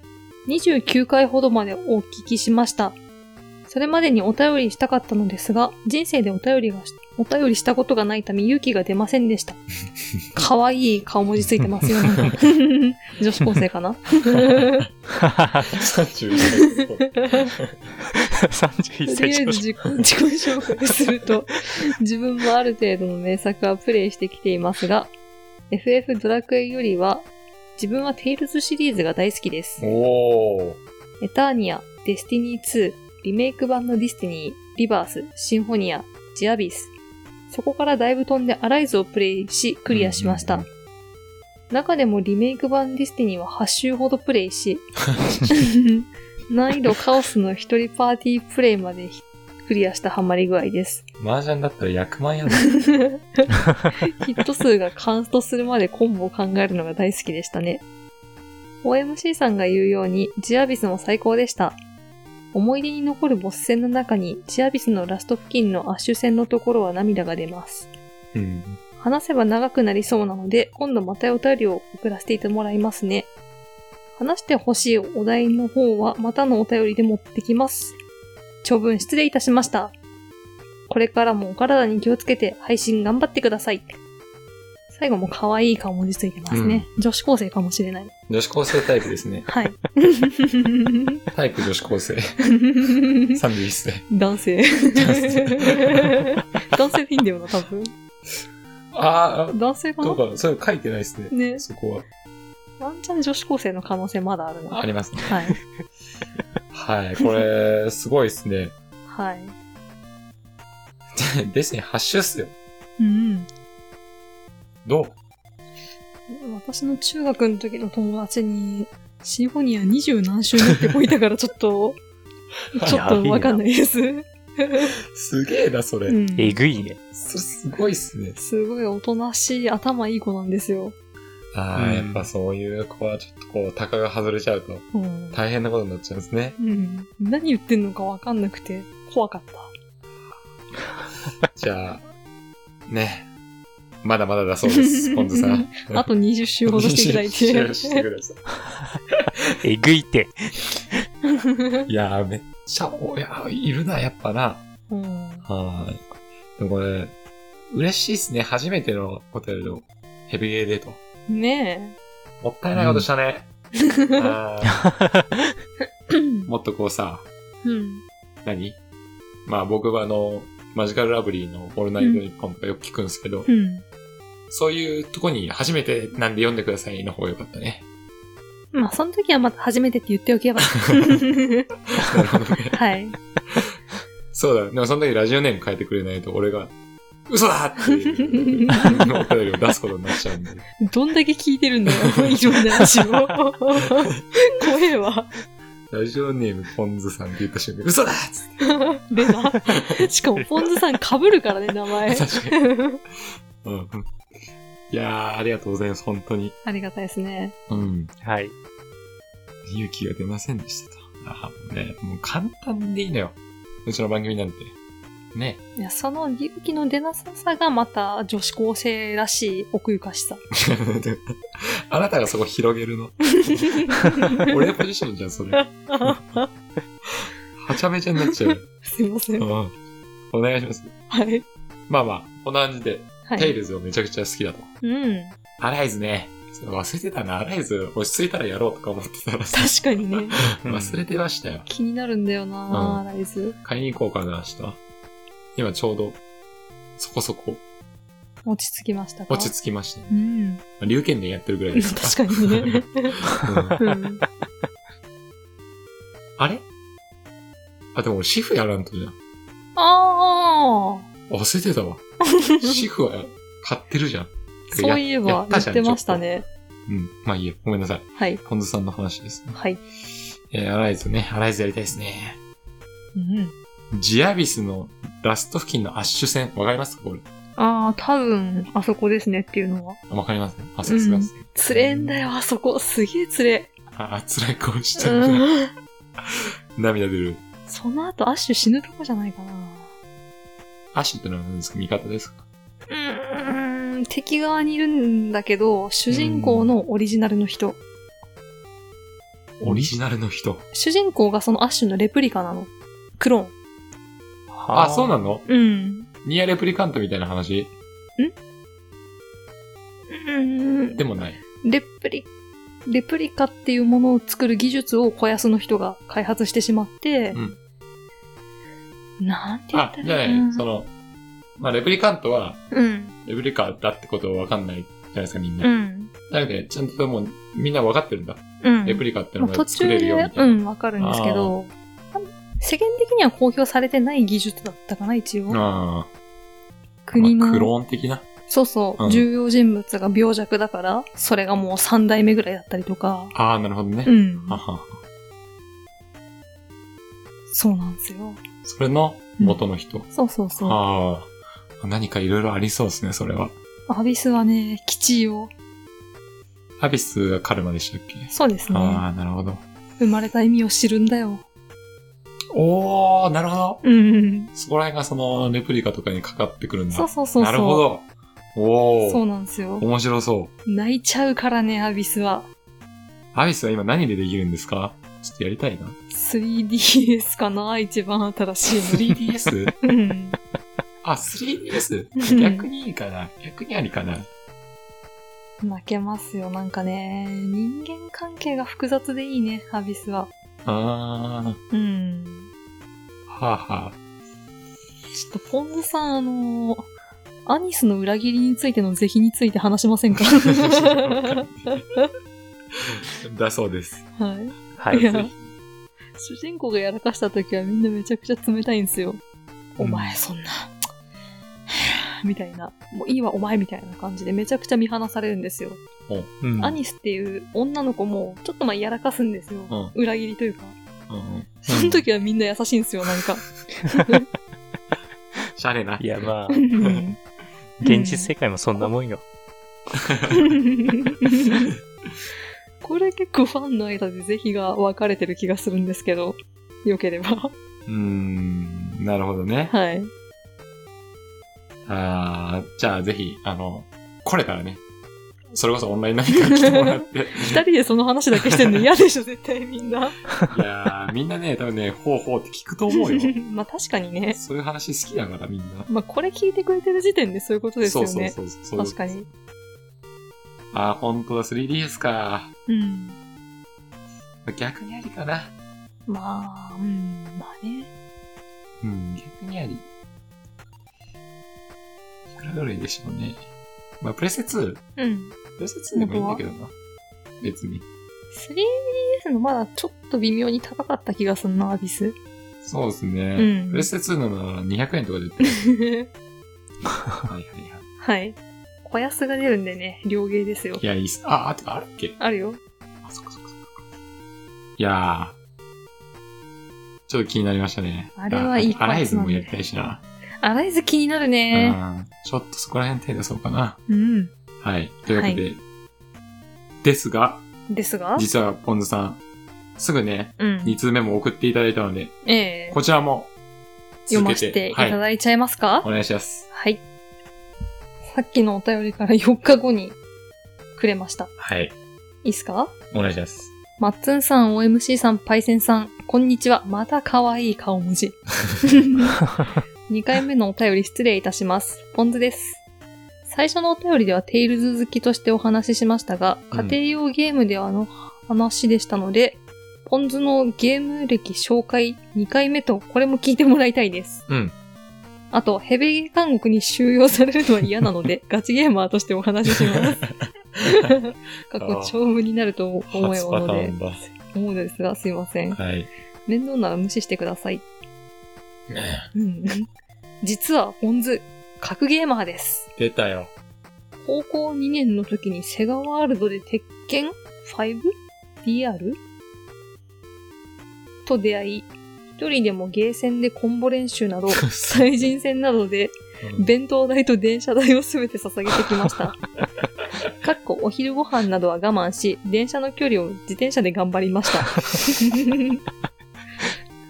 Speaker 1: 29回ほどまでお聞きしました。それまでにお便りしたかったのですが、人生でお便りがし、お便りしたことがないため勇気が出ませんでした。かわいい顔文字ついてますよ、ね。女子高生かな
Speaker 2: ー !31 歳。
Speaker 3: 31
Speaker 1: とりあえず
Speaker 3: 歳女子。
Speaker 1: 自己自己紹介すると、自分もある程度の名作はプレイしてきていますが、FF ドラクエよりは、自分はテイルズシリーズが大好きです。
Speaker 2: おー。
Speaker 1: エターニア、デスティニー2、リメイク版のディスティニー、リバース、シンフォニア、ジアビス。そこからだいぶ飛んでアライズをプレイし、クリアしまし
Speaker 2: うん
Speaker 1: た
Speaker 2: うん。
Speaker 1: 中でもリメイク版ディスティニーは8周ほどプレイ し、 難易度カオスの一人パーティープレイまでクリアしたハマり具合です。
Speaker 2: 麻雀だったら100万やな。
Speaker 1: ヒット数がカウントするまでコンボを考えるのが大好きでしたね。OMC さんが言うように、ジアビスも最高でした。思い出に残るボス戦の中に、ジアビスのラスト付近のアッシュ戦のところは涙が出ます。
Speaker 2: うん。
Speaker 1: 話せば長くなりそうなので、今度またお便りを送らせてもらいますね。話してほしいお題の方は、またのお便りで持ってきます。長文失礼いたしました。これからもお体に気をつけて配信頑張ってください。最後も可愛い顔文字ついてますね。女子高生かもしれない。
Speaker 2: 女子高生タイプですね。
Speaker 1: はい。
Speaker 2: タイプ女子高 生。31歳。
Speaker 1: 男性。男性でいいんだよな、多分。
Speaker 2: あ
Speaker 1: 男性
Speaker 2: あ、
Speaker 1: か
Speaker 2: ど
Speaker 1: な
Speaker 2: うか、それ書いてないですね。
Speaker 1: ね。
Speaker 2: そこ
Speaker 1: ワンチャン女子高生の可能性まだある
Speaker 2: は。
Speaker 1: な。
Speaker 2: ありますね。
Speaker 1: はい。
Speaker 2: はい。これ、すごいですね。
Speaker 1: はい。
Speaker 2: 別にハッシュっすよ。
Speaker 1: うん。
Speaker 2: どう
Speaker 1: 私の中学の時の友達に、シンフォニア二十何周年ってこいたからちょっ と、ちょっとわかんないです。
Speaker 2: すげえな、それ。
Speaker 1: うん
Speaker 3: えぐいね。
Speaker 2: それすごいっすね。
Speaker 1: すごいおとなしい、頭いい子なんですよ。
Speaker 2: ああ、
Speaker 3: うん
Speaker 2: やっぱそういう子はちょっとこう、タカが外れちゃうと
Speaker 1: うん。
Speaker 2: 大変なことになっちゃうんですね。
Speaker 1: うん、何言ってんのかわかんなくて、怖かった。
Speaker 2: じゃあ、ね。まだまだだそう です、ポンズさん。
Speaker 1: あと20周ほどしてい ただい
Speaker 2: 練習して
Speaker 1: て。
Speaker 2: くださ
Speaker 3: えぐいって。
Speaker 2: い。いやー、めっちゃ、おいやー、いるな、やっぱな。
Speaker 1: うん、
Speaker 2: はーい。でもこれ、嬉しいっすね。初めてのホテルのヘビゲーデート。
Speaker 1: ね
Speaker 2: もったいないことし たね。あー
Speaker 1: え。
Speaker 2: もっとこうさ、
Speaker 1: うん。
Speaker 2: 何まあ僕はあの、マジカルラブリーのオールナイトニッポンとかよく聞くんですけど、
Speaker 1: うん。
Speaker 2: そういうとこに初めてなんで読んでくださいの方がよかっ たね。
Speaker 1: まあ、その時はまた初めてって言っておけ ば。
Speaker 2: なるほどね。
Speaker 1: はい。
Speaker 2: そうだ。でもその時ラジオネーム変えてくれないと俺が、嘘だっていう お便りを出すことになっちゃうんで。
Speaker 1: どんだけ聞いてるんだよ、 いろんな話を。怖えわ。
Speaker 2: ラジオネームポンズさんって言った瞬間、嘘だっつっ
Speaker 1: でな。しかも、ポンズさん被るからね、名
Speaker 2: て。
Speaker 1: 前。
Speaker 2: 確かに。うんうん。いやー、ありがとうございます。本当に。
Speaker 1: ありがたいですね。
Speaker 2: うん。
Speaker 3: はい。
Speaker 2: 勇気が出ませんでしたと。あーもうね、もう簡単でいいのよ。うちの番組なんて。ね。
Speaker 1: いや、その勇気の出なささがまた女子高生らしい奥ゆかし さ。
Speaker 2: あなたがそこ広げるの。俺のポジションじゃん、それ。はちゃめちゃになっ ちゃう。
Speaker 1: すいませ。
Speaker 2: うんん。お願いします。
Speaker 1: はい。
Speaker 2: まあまあ、こんな感じで、
Speaker 1: は
Speaker 2: テイ
Speaker 1: い。
Speaker 2: ルズをめちゃくちゃ好きだと。
Speaker 1: うん。
Speaker 2: アライズね。それ忘れてたな。アライズ落ち着いたらやろうとか思ってたらさ、
Speaker 1: 確かに ね。
Speaker 2: 忘れてましたよ。
Speaker 1: 気になるんだよな、
Speaker 2: う
Speaker 1: ライズ。
Speaker 2: 買いに行こうかな、明日。今ちょうど、そこそこ
Speaker 1: 落ち着きましたか
Speaker 2: 落ち着きました、ね。
Speaker 1: うん。
Speaker 2: まあ龍拳でやってるぐらいです
Speaker 1: 確かにね。
Speaker 2: うん
Speaker 1: うん
Speaker 2: あれあ、でも俺シフやらんとじゃん。
Speaker 1: あ あ。
Speaker 2: 忘れてたわ。シフは買ってるじゃん。
Speaker 1: そういえ
Speaker 2: や
Speaker 1: ば、
Speaker 2: っ
Speaker 1: や
Speaker 2: た
Speaker 1: っ
Speaker 2: じゃん
Speaker 1: てましたね。
Speaker 2: うん。まあいいや。ごめんなさい。
Speaker 1: はい。
Speaker 2: ポンズさんの話です。
Speaker 1: はい。
Speaker 2: えー、アライズね。アライズやりたいですね。
Speaker 1: うん。
Speaker 2: ジアビスのラスト付近のアッシュ戦。わかりますかこれ。
Speaker 1: ああ、多分、あそこですねっていうのは。
Speaker 2: わかりますね。あ、さすがですね。
Speaker 1: つれえんだよ、あそこ。すげえつれえ。
Speaker 2: あー、辛い顔しちゃうな。
Speaker 1: うん
Speaker 2: 涙出る。
Speaker 1: その後、アッシュ死ぬとこじゃないかな。
Speaker 2: アシってのは何ですか味方ですか
Speaker 1: うーん、敵側にいるんだけど、主人公のオリジナルの人。
Speaker 2: オリジナルの人。
Speaker 1: 主人公がそのアッシュのレプリカなの。クローン。
Speaker 2: ああ、そうな
Speaker 3: の
Speaker 2: の
Speaker 1: うん。
Speaker 2: ニアレプリカントみたいな話
Speaker 1: うん
Speaker 2: でもない。
Speaker 1: レプリ、レプリカっていうものを作る技術を小安の人が開発してしまって、なんて言っ
Speaker 2: あ
Speaker 1: た、
Speaker 2: じゃあ
Speaker 1: らいい
Speaker 2: ね、
Speaker 1: の
Speaker 2: その、まあ、レプリカントは、
Speaker 1: うん。
Speaker 2: レプリカだってことはわかんないじゃないですか、みん
Speaker 1: う
Speaker 2: な。
Speaker 1: ん。
Speaker 2: なので、ちゃんともう、みんなわかってるんだ。
Speaker 1: うん。
Speaker 2: レプリカっての
Speaker 1: もう途
Speaker 2: が作
Speaker 1: 中
Speaker 2: れるよ、
Speaker 1: で
Speaker 2: み、た
Speaker 1: う
Speaker 2: い
Speaker 1: ん、わかるんですけど、世間的には公表されてない技術だったかな、一応。
Speaker 2: な。ああ。
Speaker 1: 国
Speaker 2: まあ
Speaker 1: の、
Speaker 2: クローン的な。
Speaker 1: そうそう、
Speaker 2: うん
Speaker 1: 重要人物が病弱だから、それがもう三代目ぐらいだったりとか、
Speaker 2: ああ、なるほどね。
Speaker 1: うん。
Speaker 2: はは
Speaker 1: そうなんですよ。
Speaker 2: それの元の人。
Speaker 1: そうそうそう。
Speaker 2: ああ。何かいろいろありそうですね、それは。
Speaker 1: アビスはね、基地を、
Speaker 2: アビスがカルマでしたっけ
Speaker 1: そうですね。
Speaker 2: ああ、なるほど。
Speaker 1: 生まれた意味を知るんだよ。
Speaker 2: おー、なるほど。
Speaker 1: うん。
Speaker 2: そこら辺がその、レプリカとかにかかってくるんだ。
Speaker 1: そうそうそうそう。
Speaker 2: なるほど。おー。
Speaker 1: そうなんですよ。
Speaker 2: 面白そう。
Speaker 1: 泣いちゃうからね、アビスは。
Speaker 2: アビスは今何でできるんですかちょっとやりたいな。
Speaker 1: 3DS かな一番新しいの。
Speaker 2: 3DS?
Speaker 1: うん。
Speaker 2: あ、3DS?
Speaker 1: うん
Speaker 2: 逆にいいかな逆にありかな
Speaker 1: 泣けますよ。なんかね、人間関係が複雑でいいね、アビスは。
Speaker 2: あ
Speaker 1: うん。
Speaker 2: ー、はあはあ。
Speaker 1: ちょっと、ポンズさん、あのーアニスの裏切りについての是非について話しま せんか は
Speaker 2: だそうです。
Speaker 1: い。
Speaker 3: はいい。
Speaker 1: や、 主人公がやらかした時はみんなめちゃくちゃ冷たいんですよ。
Speaker 2: うん
Speaker 1: お前そんな、 みたいな。もういいわ、お前みたいな感じでめちゃくちゃ見放されるんですよ。
Speaker 3: うん
Speaker 1: アニスっていう女の子もちょっとまあやらかすんですよ。
Speaker 2: うん
Speaker 1: 裏切りというか。
Speaker 2: うん。
Speaker 1: その時はみんな優しいんですよ、なんか。
Speaker 2: シャレな。
Speaker 3: いや、まあ
Speaker 1: う、ん
Speaker 3: 現実世界もそんなもんよ。
Speaker 1: これ結構ファンの間で是非が分かれてる気がするんですけど、よければ。
Speaker 2: うーん、なるほどね。
Speaker 1: はい。
Speaker 2: あー、じゃあぜひ、あの、来れたらね、それこそオンライン何か来てもら って。
Speaker 1: 二人でその話だけしてんの嫌でしょ、絶対みんな。
Speaker 2: いやー、みんなね、多分ね、ほうほうって聞く と思うよ。
Speaker 1: まあ確かにね。
Speaker 2: そういう話好きだから、みんな。
Speaker 1: まあこれ聞いてくれてる時点でそういうことですよね。
Speaker 2: そうそうそうそ
Speaker 1: 確
Speaker 2: う。
Speaker 1: かに。
Speaker 2: あー、ほんとだ、3DS か。
Speaker 1: うん。
Speaker 2: 逆にありかな。
Speaker 1: まあ、うん、まあね。
Speaker 2: うん、逆にあり。これはどれでしょうね。まあ、プレセ2。プ
Speaker 1: うん。
Speaker 2: レセ2でもいいんだけどな。別に。
Speaker 1: 3DS のまだちょっと微妙に高かった気がするな、アビ ス。
Speaker 2: そうです
Speaker 1: う
Speaker 2: ね。
Speaker 1: ん
Speaker 2: プレセ2のなら200円とかで売ってる。はいはいは
Speaker 1: は
Speaker 2: い。
Speaker 1: い。小安が出るんでね、両芸ですよ
Speaker 2: い。や、いいっす。あ、あ、てかあるっけ
Speaker 1: あるよ。
Speaker 2: あ、そっかそっかそっか。いやー。ちょっと気になりましたね。
Speaker 1: あれはいい
Speaker 2: あアライ
Speaker 1: パーツ
Speaker 2: ズ
Speaker 1: なん
Speaker 2: も
Speaker 1: で
Speaker 2: やりたいしな。
Speaker 1: アライズ気になるね。
Speaker 2: うん。ちょっとそこら辺手出そうかな。
Speaker 1: うん。
Speaker 2: はい。というわけで。ですが、
Speaker 1: ですが
Speaker 2: 実はポンズさん、すぐね、
Speaker 1: うん。
Speaker 2: 2通目も送っていただいたので、
Speaker 1: ええ
Speaker 2: こちらも
Speaker 1: 読
Speaker 2: 続
Speaker 1: ま
Speaker 2: け
Speaker 1: せてい
Speaker 2: は
Speaker 1: た
Speaker 2: い、
Speaker 1: だいちゃいますか、
Speaker 2: お願いします。
Speaker 1: はい。さっきのお便りから4日後にくれました。
Speaker 2: はい、
Speaker 1: いいっすか
Speaker 2: お願いします。
Speaker 1: マッツンさん、OMC さん、パイセンさん、こんにちは。また可愛い顔文 字。2回目のお便り失礼いたします。ポンズです。最初のお便りではテイルズ好きとしてお話ししましたが、
Speaker 2: うん
Speaker 1: 家庭用ゲームではの話でしたので、ポンズのゲーム歴紹介2回目と、これも聞いてもらいたいです。
Speaker 2: うん。
Speaker 1: あと、ヘビー監獄に収容されるのは嫌なの で、ガチゲーマーとしてお話しします。過去長文になると思うので。
Speaker 2: 初パターンだ。
Speaker 1: 思うのですが、すいません。
Speaker 2: はい。
Speaker 1: 面倒なら無視してください。うん。実は、ポンズ、格ゲーマーです。
Speaker 2: 出たよ。
Speaker 1: 高校2年の時にセガワールドで鉄拳 5?DR? と出会い、一人でもゲーセンでコンボ練習など、対人戦などで
Speaker 2: うん
Speaker 1: 弁当代と電車代を全て捧げてきました。かっこお昼ご飯などは我慢し、電車の距離を自転車で頑張りました。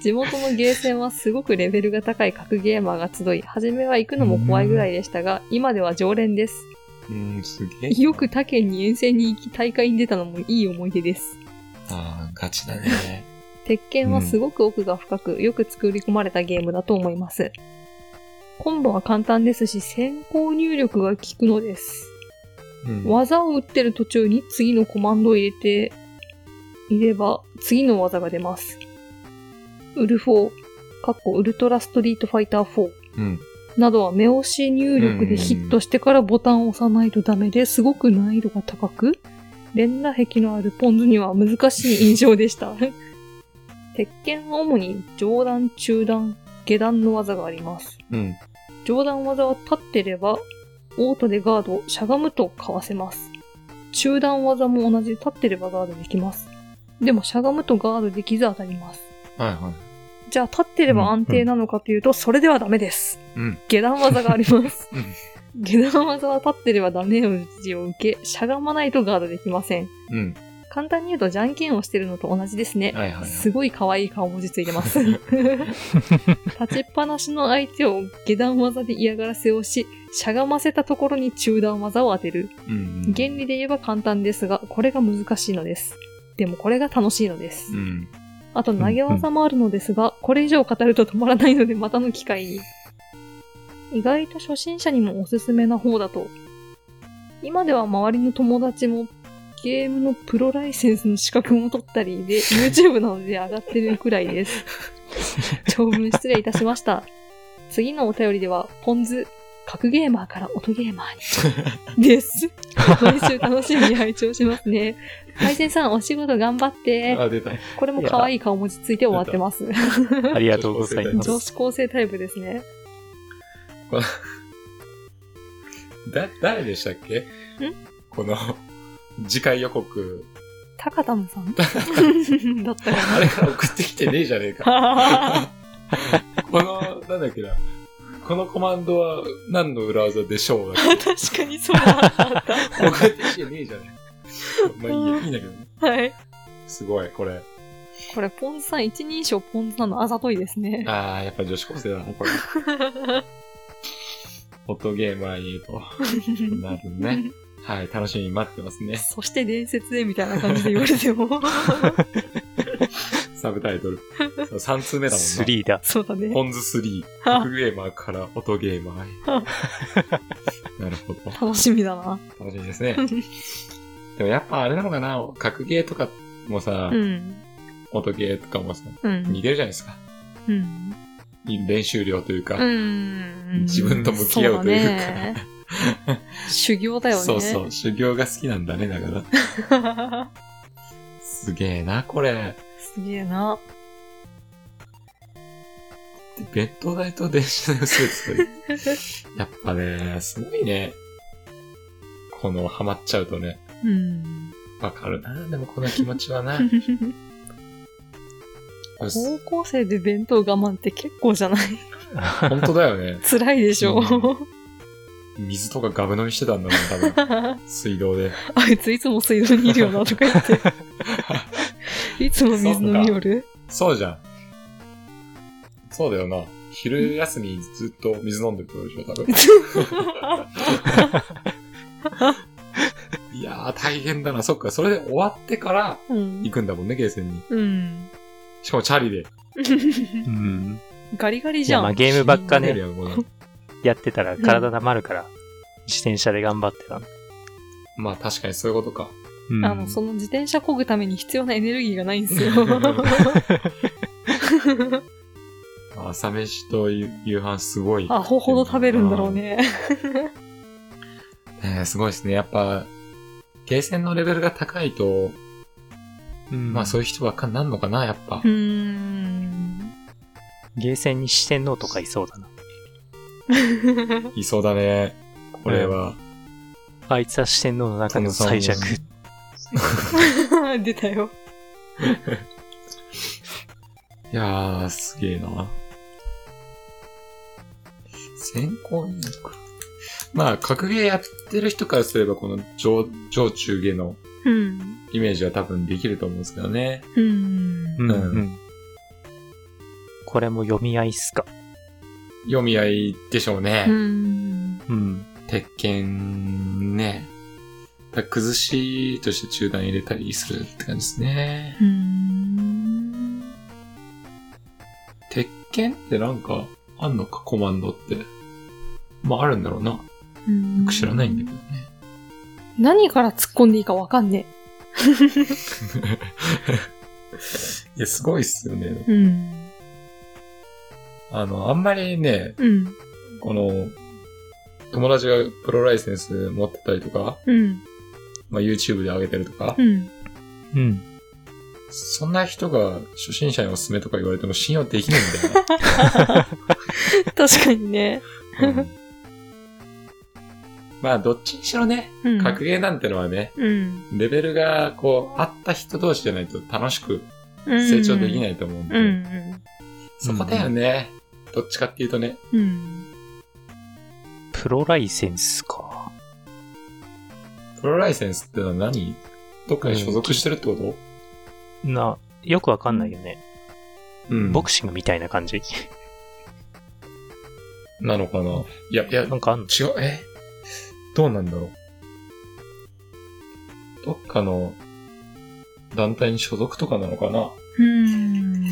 Speaker 1: 地元のゲーセンはすごくレベルが高い格ゲーマーが集い、初めは行くのも怖いぐらいでしたが、今では常連です。
Speaker 2: うん、すげえ。
Speaker 1: よく他県に遠征に行き大会に出たのもいい思い出です。
Speaker 2: ああ、ガチだ ね。
Speaker 1: 鉄拳はすごく奥が深く、よく作り込まれたゲームだと思います。コンボは簡単ですし、先行入力が効くのです。
Speaker 2: うん、
Speaker 1: 技を打ってる途中に次のコマンドを入れていれば、次の技が出ます。ウルフォー、かっこウルトラストリートファイター4
Speaker 2: うん。
Speaker 1: などは目押し入力でヒットしてからボタンを押さないとダメですごく難易度が高く、連打壁のあるポンズには難しい印象でした。鉄拳は主に上段、中段、下段の技があります。
Speaker 2: うん。
Speaker 1: 上段技は立ってれば、オートでガード、しゃがむとかわせます。中段技も同じで立ってればガードできます。でもしゃがむとガードできず当たります。
Speaker 2: はいは
Speaker 1: じゃあ立ってれば安定なのかというと、それではダメです。
Speaker 2: い。うん。
Speaker 1: 下段技があります
Speaker 2: うん。
Speaker 1: 下段技は立ってればダメージを受け、しゃがまないとガードできません。
Speaker 2: うん。
Speaker 1: 簡単に言うと、じゃんけんをしてるのと同じですね。
Speaker 2: はいはいはい
Speaker 1: すごい可愛い顔文字ついて ます。立ちっぱなしの相手を下段技で嫌がらせをし、しゃがませたところに中段技を当てる。
Speaker 2: うん。うん
Speaker 1: 原理で言えば簡単ですが、これが難しいのです。でもこれが楽しいのです。
Speaker 2: うん。
Speaker 1: あと投げ技もあるのですが、これ以上語ると止まらないのでまたの機会に。意外と初心者にもおすすめな方だと。今では周りの友達もゲームのプロライセンスの資格も取ったりで、YouTube などで上がってるくらいです。長文失礼いたしました。次のお便りでは、ポンズ、格ゲーマーから音ゲーマーに。です。毎週楽しみに拝聴しますね。配線さん、お仕事頑張って。
Speaker 2: あ、出た。
Speaker 1: これも可愛い顔文字ついて終わってます。
Speaker 3: ありがとうございま
Speaker 1: 女
Speaker 3: す。
Speaker 1: 子高生タイプですね。
Speaker 2: だ、誰でしたっけんこの、次回予告。
Speaker 1: タカタム さんだったか
Speaker 2: あれから送ってきてねえじゃねえか。
Speaker 1: な。
Speaker 2: この、なんだっけな。このコマンドは何の裏技でしょうだっ
Speaker 1: 確かにそうだった。
Speaker 2: け送ってきてねえじゃねえか。まあいいや、いいんだけどね。
Speaker 1: はい。
Speaker 2: すごい、これ。
Speaker 1: これ、ポンズさん、一人称ポンズなのあざといですね。
Speaker 2: ああ、やっぱ女子高生だな、これ。音ゲーマーに言うと。なるね。はい、楽しみに待ってますね。
Speaker 1: そして伝説でみたいな感じで言われて も。
Speaker 2: サブタイトル。3通目だもんな。
Speaker 3: 3だ。
Speaker 1: そうだね。
Speaker 2: ポンズ3。格ゲーマーから音ゲーマーへ。なるほど。
Speaker 1: 楽しみだな。
Speaker 2: 楽しみですね。でもやっぱあれなのかな格ゲーとかもさ、
Speaker 1: うん。
Speaker 2: 音ゲーとかもさ、
Speaker 1: うん
Speaker 2: 似。てるじゃないですか。
Speaker 1: うん。
Speaker 2: 練習量というか。
Speaker 1: うん。
Speaker 2: 自分と向き合うというか
Speaker 1: そだ ね。修行だよね。
Speaker 2: そうそう、修行が好きなんだね、だから。すげえな、これ。
Speaker 1: すげえな。
Speaker 2: 弁当代と電車代をする ってやっぱね、すごいね。この、ハマっちゃうとね。
Speaker 1: うん。
Speaker 2: わかるな。でもこの気持ちは な。こ れ
Speaker 1: 高校生で弁当我慢って結構じゃない
Speaker 2: 本当だよね。
Speaker 1: 辛いでしょ。
Speaker 2: 水とかガブ飲みしてたんだもん、多
Speaker 1: あ
Speaker 2: 分。水道で。
Speaker 1: いついつも水道にいるよなとか言って。いつも水飲みよる
Speaker 2: そうじゃん。そうだよな。昼休みずっと水飲んでるってことでしょ、多 分。いやー、大変だな。そっか、それで終わってから
Speaker 1: うん
Speaker 2: 行。くんだもんね、ゲーセンに。
Speaker 1: うん。
Speaker 2: しかもチャリで。うん。
Speaker 1: ガリガリ
Speaker 3: い
Speaker 1: じゃ
Speaker 3: や、まあ
Speaker 1: ん。
Speaker 3: ゲームばっかね、
Speaker 2: やんこれ
Speaker 3: やってたら体溜まるから、自転車で頑張ってたの。
Speaker 2: まあ確かにそういうことか。
Speaker 3: うん
Speaker 1: あの、その自転車漕ぐために必要なエネルギーがないんですよ。
Speaker 2: まあ朝飯と夕夕飯すごい。
Speaker 1: アホほど食べるんだろうね。
Speaker 2: えーすごいですね。やっぱ、ゲーセンのレベルが高いと、
Speaker 3: うん
Speaker 2: まあそういう人ばっかになるのかな、やっぱ
Speaker 1: う。ん。
Speaker 3: ゲーセンに四天王とかいそうだな。
Speaker 2: いそうだね。これは。
Speaker 3: あいつは四天王の中の最弱。
Speaker 1: 出たよ。
Speaker 2: いやー、すげえな。先行に行く。まあ、格ゲーやってる人からすれば、この上、上中下の
Speaker 1: うん。
Speaker 2: イメージは多分できると思うんですけどね。
Speaker 1: うん。
Speaker 2: ん
Speaker 3: これも読み合いっすか。
Speaker 2: 読み合いでしょうね。
Speaker 1: うん。
Speaker 3: うん。
Speaker 2: 鉄拳ね。だから崩しとして中断入れたりするって感じですね。
Speaker 1: うん。
Speaker 2: 鉄拳ってなんか、あんのか、コマンドって。まあ、あるんだろうな。よ
Speaker 1: うん
Speaker 2: く知らないんだけどね。
Speaker 1: 何から突っ込んでいいかわかんね
Speaker 2: いや、すごいっすよね。
Speaker 1: え。うん。
Speaker 2: あの、あんまりね、
Speaker 1: うん。
Speaker 2: この、友達がプロライセンス持ってたりとか、
Speaker 1: うん。
Speaker 2: まあ、YouTube で上げてるとか、
Speaker 1: うん。
Speaker 3: うん。
Speaker 2: そんな人が初心者におすすめとか言われても信用できないんだよ
Speaker 1: 確かにね。
Speaker 2: な。うんまあ、どっちにしろね、
Speaker 1: うん。
Speaker 2: 格ゲーなんてのはね、
Speaker 1: うん。
Speaker 2: レベルがこう、あった人同士じゃないと楽しく
Speaker 1: うん
Speaker 2: 成長できないと思うんで、
Speaker 1: うん。うん
Speaker 2: そこだよね。どっちかっていうとね、
Speaker 1: うん。
Speaker 3: プロライセンスか。
Speaker 2: プロライセンスってのは何どっかに所属してるってこと
Speaker 3: な、よくわかんないよね。
Speaker 2: うん
Speaker 3: ボクシングみたいな感じ。
Speaker 2: なのかないや、いや、
Speaker 3: なんかあんの
Speaker 2: 違う、えどうなんだろう。どっかの団体に所属とかなのかな
Speaker 1: うん。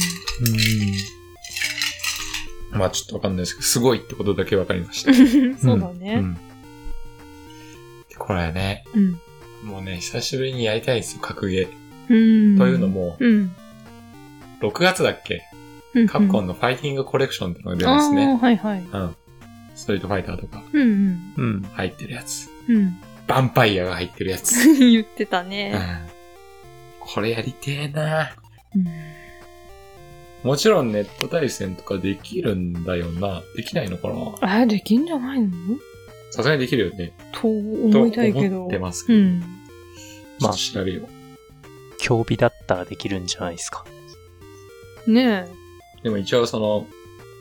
Speaker 2: まあちょっとわかんないですけど、すごいってことだけわかりました。
Speaker 1: そうだね。
Speaker 2: んでこれね、
Speaker 1: うん。
Speaker 2: もうね、久しぶりにやりたいですよ、格ゲー。
Speaker 1: うん。
Speaker 2: というのも、
Speaker 1: うん、
Speaker 2: 6月だっけ
Speaker 1: うん。
Speaker 2: カプコン
Speaker 1: の
Speaker 2: のファイティングコレクションってのが出
Speaker 1: あ
Speaker 2: ます
Speaker 1: あ、
Speaker 2: ね。
Speaker 1: はいはい。
Speaker 2: うん。ストリートファイターとか
Speaker 1: うん
Speaker 3: うん。
Speaker 2: 入ってるやつ。
Speaker 1: うん。うん。
Speaker 2: ヴァンパイアが入ってるやつ。
Speaker 1: 言ってた
Speaker 2: う
Speaker 1: ね。
Speaker 2: ん。これやりてえな
Speaker 1: うん。
Speaker 2: もちろんネット対戦とかできるんだよな。できないのかな
Speaker 1: え、できんじゃないの
Speaker 2: さすがにできるよね。
Speaker 1: と思いたいけ
Speaker 2: と
Speaker 1: ど。
Speaker 2: 思ってます
Speaker 1: う
Speaker 2: けど。
Speaker 1: ん。
Speaker 2: まあ、調べよう。
Speaker 3: 競技だったらできるんじゃないですか。
Speaker 1: ね
Speaker 2: でも一応その、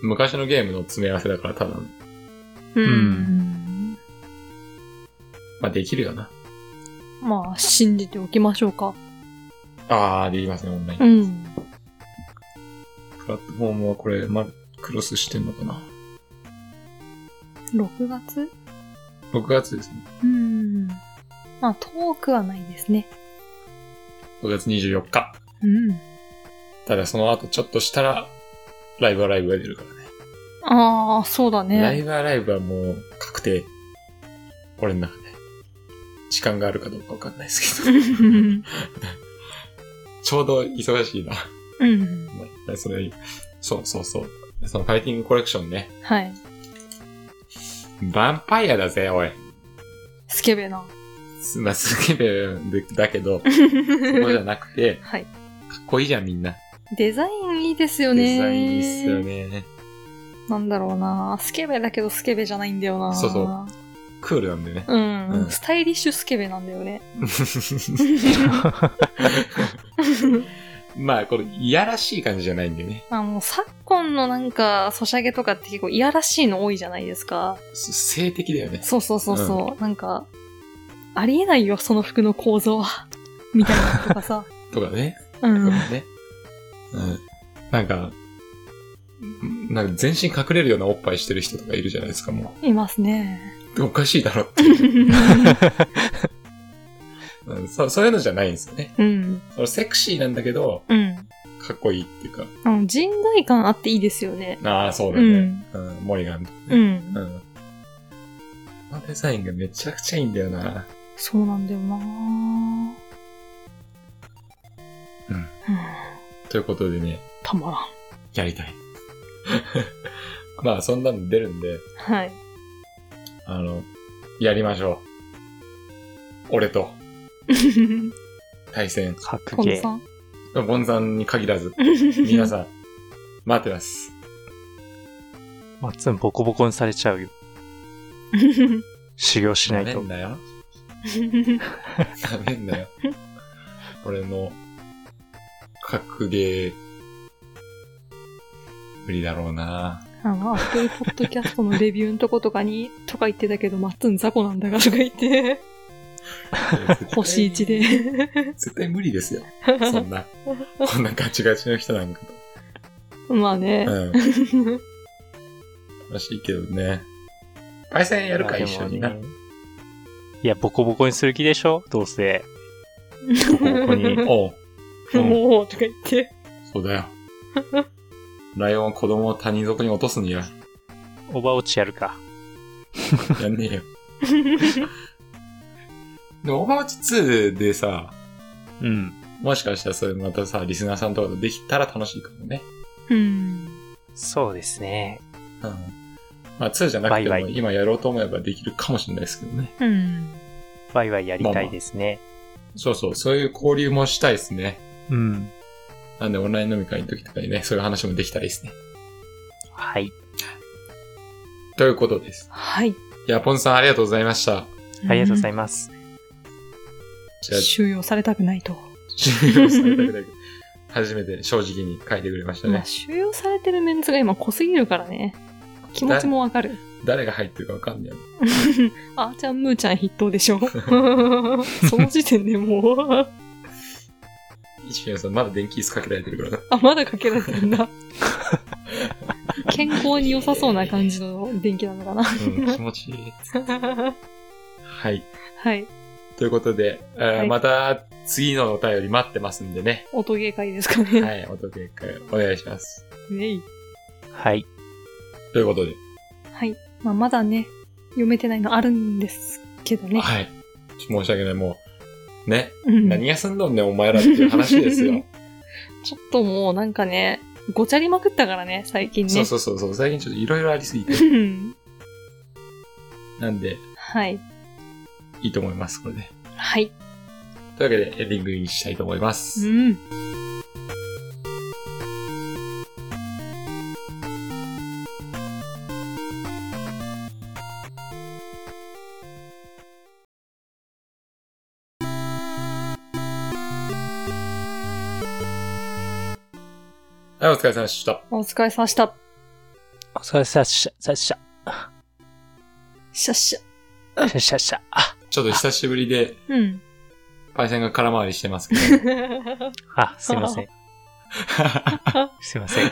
Speaker 2: 昔のゲームの詰め合わせだから多分、
Speaker 1: え。うんん。
Speaker 2: まあできるよな。
Speaker 1: まあ、信じておきましょうか。
Speaker 2: あー、できますね、オンライン。
Speaker 1: うん。
Speaker 2: プラットフォームはこれ、ま、クロスしてんのかな。
Speaker 1: 6月
Speaker 2: 6月ですね。
Speaker 1: うん。まあ、遠くはないですね。
Speaker 2: 6月24日。
Speaker 1: うん。
Speaker 2: ただその後ちょっとしたら、ライブはライブが出るからね。
Speaker 1: ああ、そうだ
Speaker 2: ライ
Speaker 1: ね。
Speaker 2: ブはライブはもう確定。俺の中で。時間があるかどうかわかんないですけ
Speaker 1: う
Speaker 2: ど。
Speaker 1: ん。
Speaker 2: ちょうど忙しいな。
Speaker 1: うん。
Speaker 2: まあそれ、そうそうそう。そのファイティングコレクションね。
Speaker 1: はい。
Speaker 2: ヴァンパイアだぜ、おい。
Speaker 1: スケベな。
Speaker 2: すまあ、すげえで、だけど、そこじゃなくて、
Speaker 1: はい。
Speaker 2: かっこいいじゃん、みんな。
Speaker 1: デザインいいですよね。
Speaker 2: デザインいいっすよ。ね。
Speaker 1: なんだろうな。スケベだけどスケベじゃないんだよな。
Speaker 2: そうそうクールなんでね。
Speaker 1: う
Speaker 2: うん
Speaker 1: ん。スタイリッシュスケベなんだよ ね。
Speaker 2: まあ、これ、いやらしい感じじゃないんでね。
Speaker 1: あの、昨今のなんか、ソシャゲとかって結構いやらしいの多いじゃないですか。
Speaker 2: す性的だよね。
Speaker 1: そうそうそうそう。なんか、ありえないよ、その服の構造は。 みたいなのとか さ。
Speaker 2: とかね。
Speaker 1: う
Speaker 2: と
Speaker 1: ん。
Speaker 2: かね。うん。なんか、なんか全身隠れるようなおっぱいしてる人とかいるじゃないですか、も
Speaker 1: います ね。
Speaker 2: う。おかしいだろって。うん、そうそういうのじゃないんですよね。
Speaker 1: うん。
Speaker 2: そのセクシーなんだけど、
Speaker 1: うん。
Speaker 2: かっこいいっていうか。
Speaker 1: あの、人外感あっていいですよね。
Speaker 2: ああ、そうだ
Speaker 1: う
Speaker 2: ね。
Speaker 1: ん。
Speaker 2: うん、モリガンとか
Speaker 1: う
Speaker 2: ね。
Speaker 1: ん。
Speaker 2: うん。このデザインがめちゃくちゃいいんだよな。
Speaker 1: そうなんだよな
Speaker 2: うん
Speaker 1: うん。
Speaker 2: ということでね、
Speaker 1: たまらん。
Speaker 2: やりたい。 まあ、そんなの出るんで、
Speaker 1: はい。
Speaker 2: あの、やりましょう。俺と対戦。
Speaker 3: 格
Speaker 1: コ
Speaker 3: ゲ
Speaker 1: ン
Speaker 3: ー。
Speaker 1: さん。
Speaker 2: ボンさんに限らず、皆
Speaker 1: 皆 ん。
Speaker 2: さん、待ってます。
Speaker 3: まっつんボコボコにされちゃうよ。修行しない
Speaker 2: ダ
Speaker 3: と
Speaker 2: メん。だよ。ダメんだよ。俺の、 格ゲー、無理だろうな。
Speaker 1: なんか、アップルポッドキャストのレビューのとことかに、とか言ってたけど、マッツン雑魚なんだがとか言って、星1で。。
Speaker 2: 絶対無理ですよ。そんな、こんなガチガチの人なんかと。
Speaker 1: まあね。
Speaker 2: うん。 らしいけどね。パイセンやるか、一緒にな。
Speaker 3: まあでもねいや、ボコボコにする気でしょどうせ。ボコボコに。
Speaker 2: おう。うん、
Speaker 1: もう、とか言って。
Speaker 2: そうだよ。ライオンは子供を他人族に落とすん や。
Speaker 3: オーバーウォッチやるか。
Speaker 2: やんねえよ。でも、オーバーウォッチ2でさ、
Speaker 3: うん。
Speaker 2: もしかしたらそれまたさ、リスナーさんとかとできたら楽しいかもね。
Speaker 1: うん。
Speaker 3: そうですね。
Speaker 2: うん。まあ2じゃなくても
Speaker 3: バイバイ
Speaker 2: 今やろうと思えばできるかもしれないですけどね。
Speaker 1: うん。
Speaker 3: ワイワイやりたいですね。
Speaker 2: そうそう、そういう交流もしたいですね。
Speaker 3: うん。
Speaker 2: なんでオンライン飲み会の時とかにね、そういう話もできたらいいですね。
Speaker 3: はい。
Speaker 2: ということです。
Speaker 1: はい。
Speaker 2: ヤポンさんありがとうございました。
Speaker 3: ありがとうござ
Speaker 1: い
Speaker 3: います。
Speaker 2: じゃあ、
Speaker 1: 収容されたくないと。
Speaker 2: 終了されたくないけど初めて正直に書いてくれました
Speaker 1: まあ、
Speaker 2: ね。
Speaker 1: 収容されてるメンツが今濃すぎるからね。気持ちもわかる。
Speaker 2: 誰が入ってるかわかんない。
Speaker 1: あーちゃん、むーちゃん筆頭でしょ。 その時点でもう。
Speaker 2: 一宮さんまだ電気椅子かけられてるからな。
Speaker 1: あ、まだかけられてんだ。健康に良さそうな感じの電気なのか な。
Speaker 2: うん、気持ちいい。はい。
Speaker 1: はい。
Speaker 2: ということで、えー
Speaker 1: はい
Speaker 2: また次のお便り待ってますんでね。
Speaker 1: 音芸会ですかね。
Speaker 2: はい、お届けお願いします。
Speaker 1: ねい
Speaker 3: はい。
Speaker 2: ということで、
Speaker 1: はい。まあ、まだね、読めてないのあるんですけどね。
Speaker 2: はい。ちょ申し訳ない、もう、ね、
Speaker 1: うん
Speaker 2: 何がすんどんねん、お前らっていう話です よ。
Speaker 1: ねちょっともうなんかね、ごちゃりまくったからね、最近ね。
Speaker 2: そうそうそうそう、最近ちょっといろいろありすぎて。
Speaker 1: うん
Speaker 2: なんで、
Speaker 1: はい。
Speaker 2: いいと思います、これで。
Speaker 1: はい。
Speaker 2: というわけで、エンディングにしたいと思います。
Speaker 1: うん。
Speaker 2: はい、お疲れ様でした。
Speaker 1: お疲れ様でした。
Speaker 3: お疲れ様でした。さっしゃ、
Speaker 1: シャッシャ。
Speaker 3: さっしゃ、さっしゃ。あ、
Speaker 2: ちょっと久しぶりで、
Speaker 1: うん。
Speaker 2: パイセンが空回りしてますけど。
Speaker 3: あ、すいません。すいません。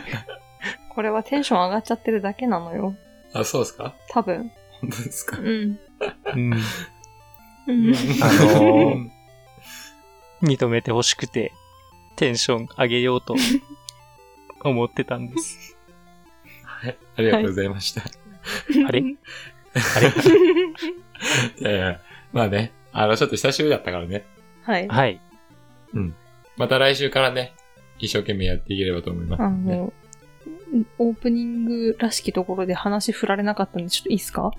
Speaker 1: これはテンション上がっちゃってるだけなのよ。
Speaker 2: あ、そうですか
Speaker 1: 多分。
Speaker 2: 本当ですか
Speaker 1: う、ん。
Speaker 3: うん。
Speaker 1: うん。
Speaker 3: あのー認めてほしくて、テンション上げよう と思ってたんです。
Speaker 2: はい、ありがとうございました。
Speaker 3: あれあれ
Speaker 2: い、やいや、まあね、あの、ちょっと久しぶりだったからね。
Speaker 1: はい。
Speaker 3: はい。
Speaker 2: また来週からね、一生懸命やっていければと思います、
Speaker 1: あ
Speaker 2: ね。
Speaker 1: の、オープニングらしきところで話振られなかったんで、ちょっといいっすか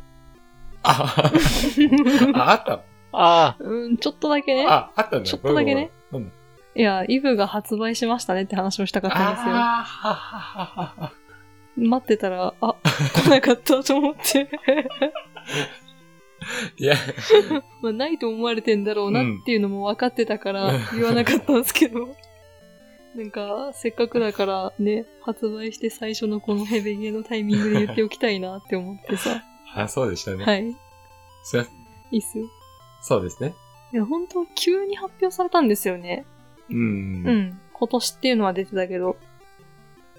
Speaker 2: あ、ああった
Speaker 3: あ
Speaker 1: うん、ちょっとだけね。
Speaker 2: あ、あったんだ。
Speaker 1: ちょっとだけね
Speaker 2: ごめんご
Speaker 1: い
Speaker 2: めん。
Speaker 1: や、イブが発売しましたねって話をしたかったんですよ。
Speaker 2: あーははははは
Speaker 1: 待ってたら、あ、来なかったと思って。
Speaker 2: いや、
Speaker 1: まあ、ないと思われてんだろうなっていうのも分かってたから
Speaker 2: うん
Speaker 1: 言わなかったんですけど。なんか、せっかくだからね、発売して最初のこのヘベゲのタイミングで言っておきたいなって思ってさ。
Speaker 2: あ、そうでした ね。
Speaker 1: はい。い
Speaker 2: すいません
Speaker 1: いっすよ。
Speaker 2: そうですね。
Speaker 1: いや、本当急に発表されたんですよね。
Speaker 2: う。
Speaker 1: うんん。今年っていうのは出てたけど、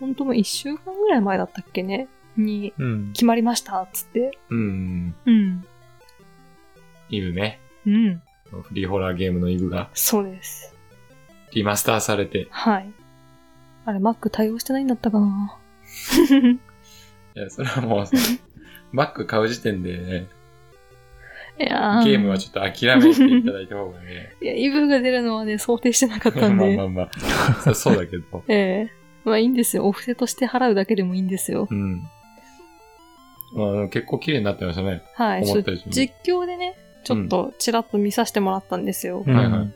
Speaker 1: 本当もう一週間ぐらい前だったっけねに、
Speaker 3: あ。うん。
Speaker 1: 決まりましたっつって。
Speaker 2: うん。
Speaker 1: うん。
Speaker 2: イブね。
Speaker 1: うん。
Speaker 2: フリーホラーゲームのイブが
Speaker 1: そうです。
Speaker 2: リマスターされて。
Speaker 1: はい。あれ、Mac 対応してないんだったか な
Speaker 2: いや、それは もうさ、Mac 買う時点でね、
Speaker 1: いや
Speaker 2: ゲームは
Speaker 1: ょ
Speaker 2: ちょっと諦めていただいた方がね
Speaker 1: っ。と。いや、イブが出るのはね、想定してなかっ
Speaker 2: ま
Speaker 1: た
Speaker 2: あ
Speaker 1: んで。
Speaker 2: まあまあ。そそうだけど。
Speaker 1: ええまあいいんですよ。お布施として払うだけでもいいんですよ。
Speaker 2: うん。まあでも結構綺麗になってましたね。
Speaker 1: はい。
Speaker 2: 思った以上に
Speaker 1: ちょ実況でね、ちょっとちらっと見させてもらったんですよ。
Speaker 2: はいはい
Speaker 3: うん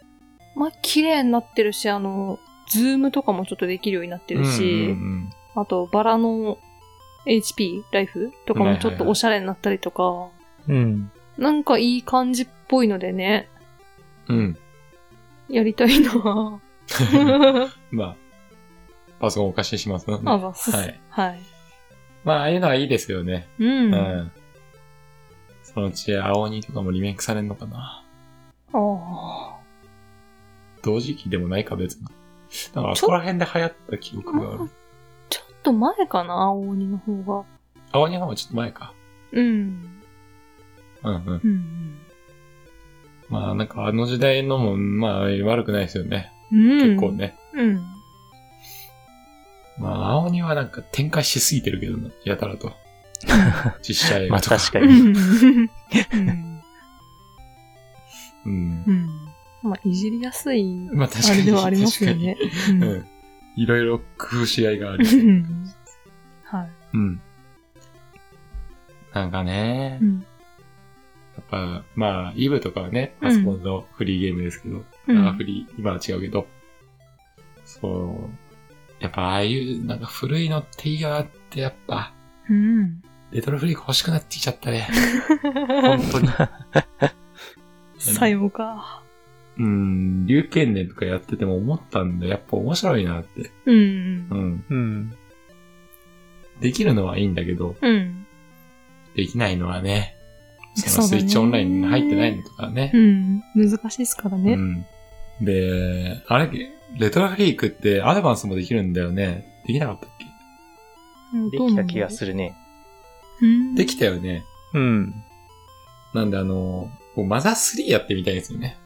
Speaker 1: まあ綺麗になってるし、あの、ズームとかもちょっとできるようになってるし、
Speaker 2: うんうんうん
Speaker 1: あと、バラの HP、ライフとかもちょっとおしゃれになったりとか、
Speaker 3: うん。
Speaker 1: なんかいい感じっぽいのでね、
Speaker 2: うん。
Speaker 1: やりたいなぁ。
Speaker 2: まあ、パソコンお貸ししますので。
Speaker 1: あざっす。
Speaker 2: は
Speaker 1: はいい。
Speaker 2: まあ、ああいうのはいいですよね。
Speaker 1: う。
Speaker 2: うんん。
Speaker 1: あ
Speaker 2: そのうち、青鬼とかもリメイクされんのかな。
Speaker 1: あ。
Speaker 2: 同時期でもないか、別に。なんか、あそこら辺で流行った記憶がある。
Speaker 1: ちょっと前かな、青鬼の方が。
Speaker 2: 青鬼の方がちょっと前か。
Speaker 1: うん。
Speaker 2: うんうん。
Speaker 1: うん。
Speaker 2: まあ、なんか、あの時代のも、まあ、悪くないですよね。
Speaker 1: うん。
Speaker 2: 結構ね。
Speaker 1: うん。
Speaker 2: まあ、青鬼はなんか展開しすぎてるけどな、やたら と。実写映画
Speaker 3: まあ
Speaker 2: とか。
Speaker 3: 確か
Speaker 1: う
Speaker 3: に。
Speaker 1: ん。うん。
Speaker 2: うん。
Speaker 1: うん。まあ、いじりやすい、
Speaker 2: まあ確か
Speaker 1: あ
Speaker 2: に。
Speaker 1: れではありますよね。
Speaker 2: 確かに。うん。いろいろ工夫し合いがあ
Speaker 1: う
Speaker 2: る。
Speaker 1: ん。はい。
Speaker 2: うん。なんかね、
Speaker 1: う
Speaker 2: や
Speaker 1: ん。
Speaker 2: っぱ、まあ、イブとかはね、パソコンのフリーゲームですけど、
Speaker 1: うん
Speaker 2: あフリー、今は違うけど、そう、やっぱああいう、なんか古いのっていいよって、やっぱ、
Speaker 1: うん。
Speaker 2: レトロフリーク欲しくなってきちゃったね。本当に。
Speaker 1: 最後か。
Speaker 2: うん、龍剣伝とかやってても思ったんで、やっぱ面白いなって。
Speaker 1: うん
Speaker 2: う。ん。
Speaker 3: うん。
Speaker 2: できるのはいいんだけど、
Speaker 1: うん。
Speaker 2: できないのはね、そ
Speaker 1: そ
Speaker 2: の
Speaker 1: うだ
Speaker 2: スイ
Speaker 1: ね
Speaker 2: ッチオンラインに入ってないのとかね。
Speaker 1: うん。難しいですから
Speaker 2: う
Speaker 1: ね。
Speaker 2: ん。で、あれ、レトロフリークってアドバンスもできるんだよね。できなかったっけ
Speaker 1: うん
Speaker 3: できた気がするね。
Speaker 1: うん
Speaker 2: できたよね。
Speaker 3: うん。
Speaker 2: なんであの、こうマザー3やってみたいですよね。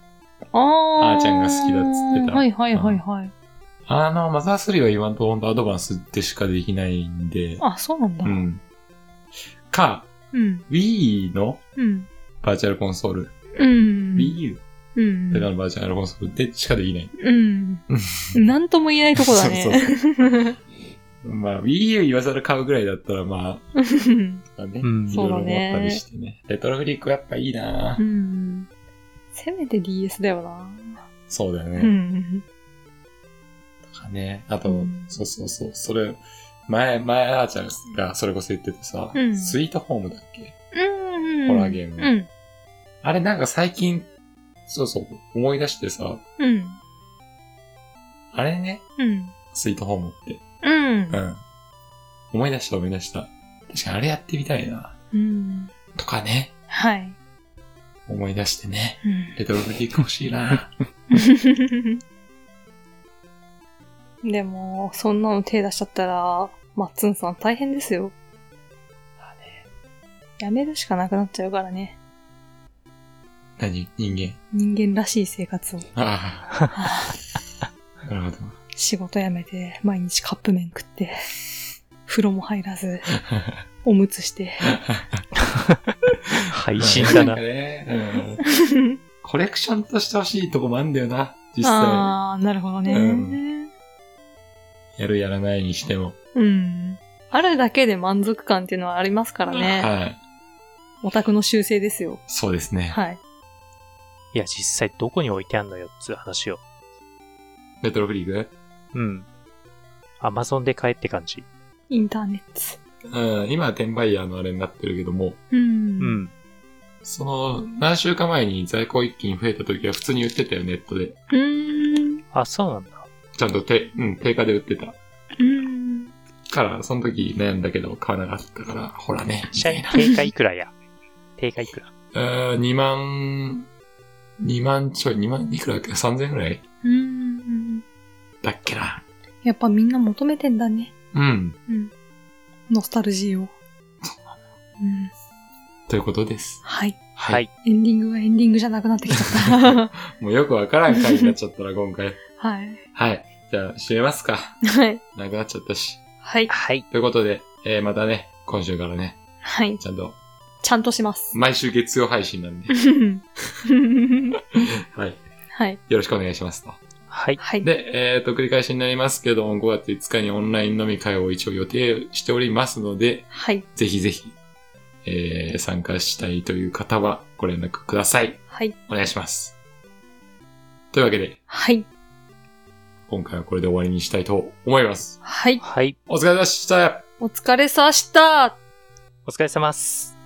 Speaker 1: ああ
Speaker 2: あーちゃんが好きだっつってた
Speaker 1: はいはいはいはい。
Speaker 2: あの、マザー3は今のところほんとアドバンスでしかできないんで。
Speaker 1: あ、そうなんだ。
Speaker 2: う
Speaker 1: うん。
Speaker 2: ん。か、
Speaker 1: うん。
Speaker 2: Wii の
Speaker 1: うん。
Speaker 2: バーチャルコンソール。
Speaker 1: うん。
Speaker 2: Wii U
Speaker 1: うん
Speaker 2: だからバーチャルコンソールでしかできない。
Speaker 1: うん。なんとも言えないとこだ ね。
Speaker 2: まあ、Wii U 今更買うぐらいだったら、まあ、とかね。
Speaker 3: うん
Speaker 2: い
Speaker 1: そ
Speaker 2: ろ
Speaker 1: うだ
Speaker 2: いろ思っ
Speaker 1: ね
Speaker 2: たりしてね。レトロフリークやっぱいいなぁ
Speaker 1: うん。せめて DS だよな。
Speaker 2: そうだよね。
Speaker 1: うん。
Speaker 2: とかね。あと、
Speaker 1: うん
Speaker 2: そうそうそう。それ、前、前、あーちゃんがそれこそ言っててさ、
Speaker 1: うん
Speaker 2: スイートホームだっけ
Speaker 1: うん。
Speaker 2: ホラーゲーム
Speaker 1: うん。
Speaker 2: あれなんか最近、そうそう、思い出してさ、
Speaker 1: うん。
Speaker 2: あれね、
Speaker 1: うん。
Speaker 2: スイートホームって。
Speaker 1: うん
Speaker 2: う。ん。思い出した思い出した。確かにあれやってみたいな。
Speaker 1: うん。
Speaker 2: とかね。
Speaker 1: はい。
Speaker 2: 思い出してね。
Speaker 1: うん
Speaker 2: レトロフリーク欲しいな
Speaker 1: でも、そんなの手出しちゃったら、マッツンさん大変ですよ。やめるしかなくなっちゃうからね。
Speaker 2: 何人
Speaker 1: 人間らしい生活を。
Speaker 2: 間。
Speaker 1: は
Speaker 2: あ
Speaker 1: あ
Speaker 2: あ、 なるほど。
Speaker 1: 仕事辞めて、毎日カップ麺食って、風呂も入らず、おむつ して。
Speaker 3: 配信だ
Speaker 2: なん
Speaker 3: な
Speaker 2: か。ね、うんコレクションとして欲しいとこもあんだよな、実際。
Speaker 1: ああ、なるほどね。
Speaker 2: う
Speaker 1: うん。
Speaker 2: やるやらないにしても。
Speaker 1: あるだけで満足感っていうのはありますからね。
Speaker 2: はい。
Speaker 1: オタクの修正ですよ。
Speaker 2: そうですね。
Speaker 1: はい。
Speaker 3: いや、実際どこに置いてあんのよっつう話を。
Speaker 2: レトロフリーク
Speaker 3: うん。アマゾンで買えって感じ。
Speaker 1: インターネッ
Speaker 2: うん、今は転売ヤーのあれになってるけども、
Speaker 1: ト。う。
Speaker 3: うんん。
Speaker 2: その、何週間前に在庫一気に増えた時は普通に売ってたよ、ネットで。
Speaker 1: うん。
Speaker 3: あ、そうなんだ。
Speaker 2: ちゃんとて、うん、定価で売ってた。
Speaker 1: うん。
Speaker 2: から、その時悩んだけど買わなかったから、ほらね。
Speaker 3: 社員定価いくらや。定価いくら。
Speaker 2: うん、2万、2万ちょい、2万いくらだっけ ?3000 ぐらい
Speaker 1: うん。
Speaker 2: だっけな。
Speaker 1: やっぱみんな求めてんだね。
Speaker 2: うん。
Speaker 1: ノスタルジーを。うん。
Speaker 2: ということです。
Speaker 1: はい。
Speaker 2: は
Speaker 3: はい。
Speaker 1: エンディングがエンディングじゃなくなってきちゃった。
Speaker 2: もうよくわからん回になっちゃったな、 今回。
Speaker 1: はい。
Speaker 2: はい。じゃあ、閉めますか。
Speaker 1: はい。
Speaker 2: なくなっちゃったし。
Speaker 1: はい。
Speaker 3: はい。
Speaker 2: ということで、えー、またね、今週からね、
Speaker 1: はい。
Speaker 2: ちゃんと、
Speaker 1: ちゃんとします。
Speaker 2: 毎週月曜配信なんで、はい。
Speaker 1: はい。
Speaker 2: よろしくお願いしますと。
Speaker 3: はい。
Speaker 1: はい。
Speaker 2: で、えっ、と、繰り返しになりますけども、5月5日にオンライン飲み会を一応予定しておりますので、
Speaker 1: はい。
Speaker 2: ぜひぜひ、えー、参加したいという方はご連絡ください。
Speaker 1: はい。
Speaker 2: お願いします。というわけで、
Speaker 1: はい。
Speaker 2: 今回はこれで終わりにしたいと思います。
Speaker 1: はい。
Speaker 3: はい。
Speaker 2: お疲れ様でした
Speaker 1: お疲れさした。
Speaker 3: お疲れ様っす。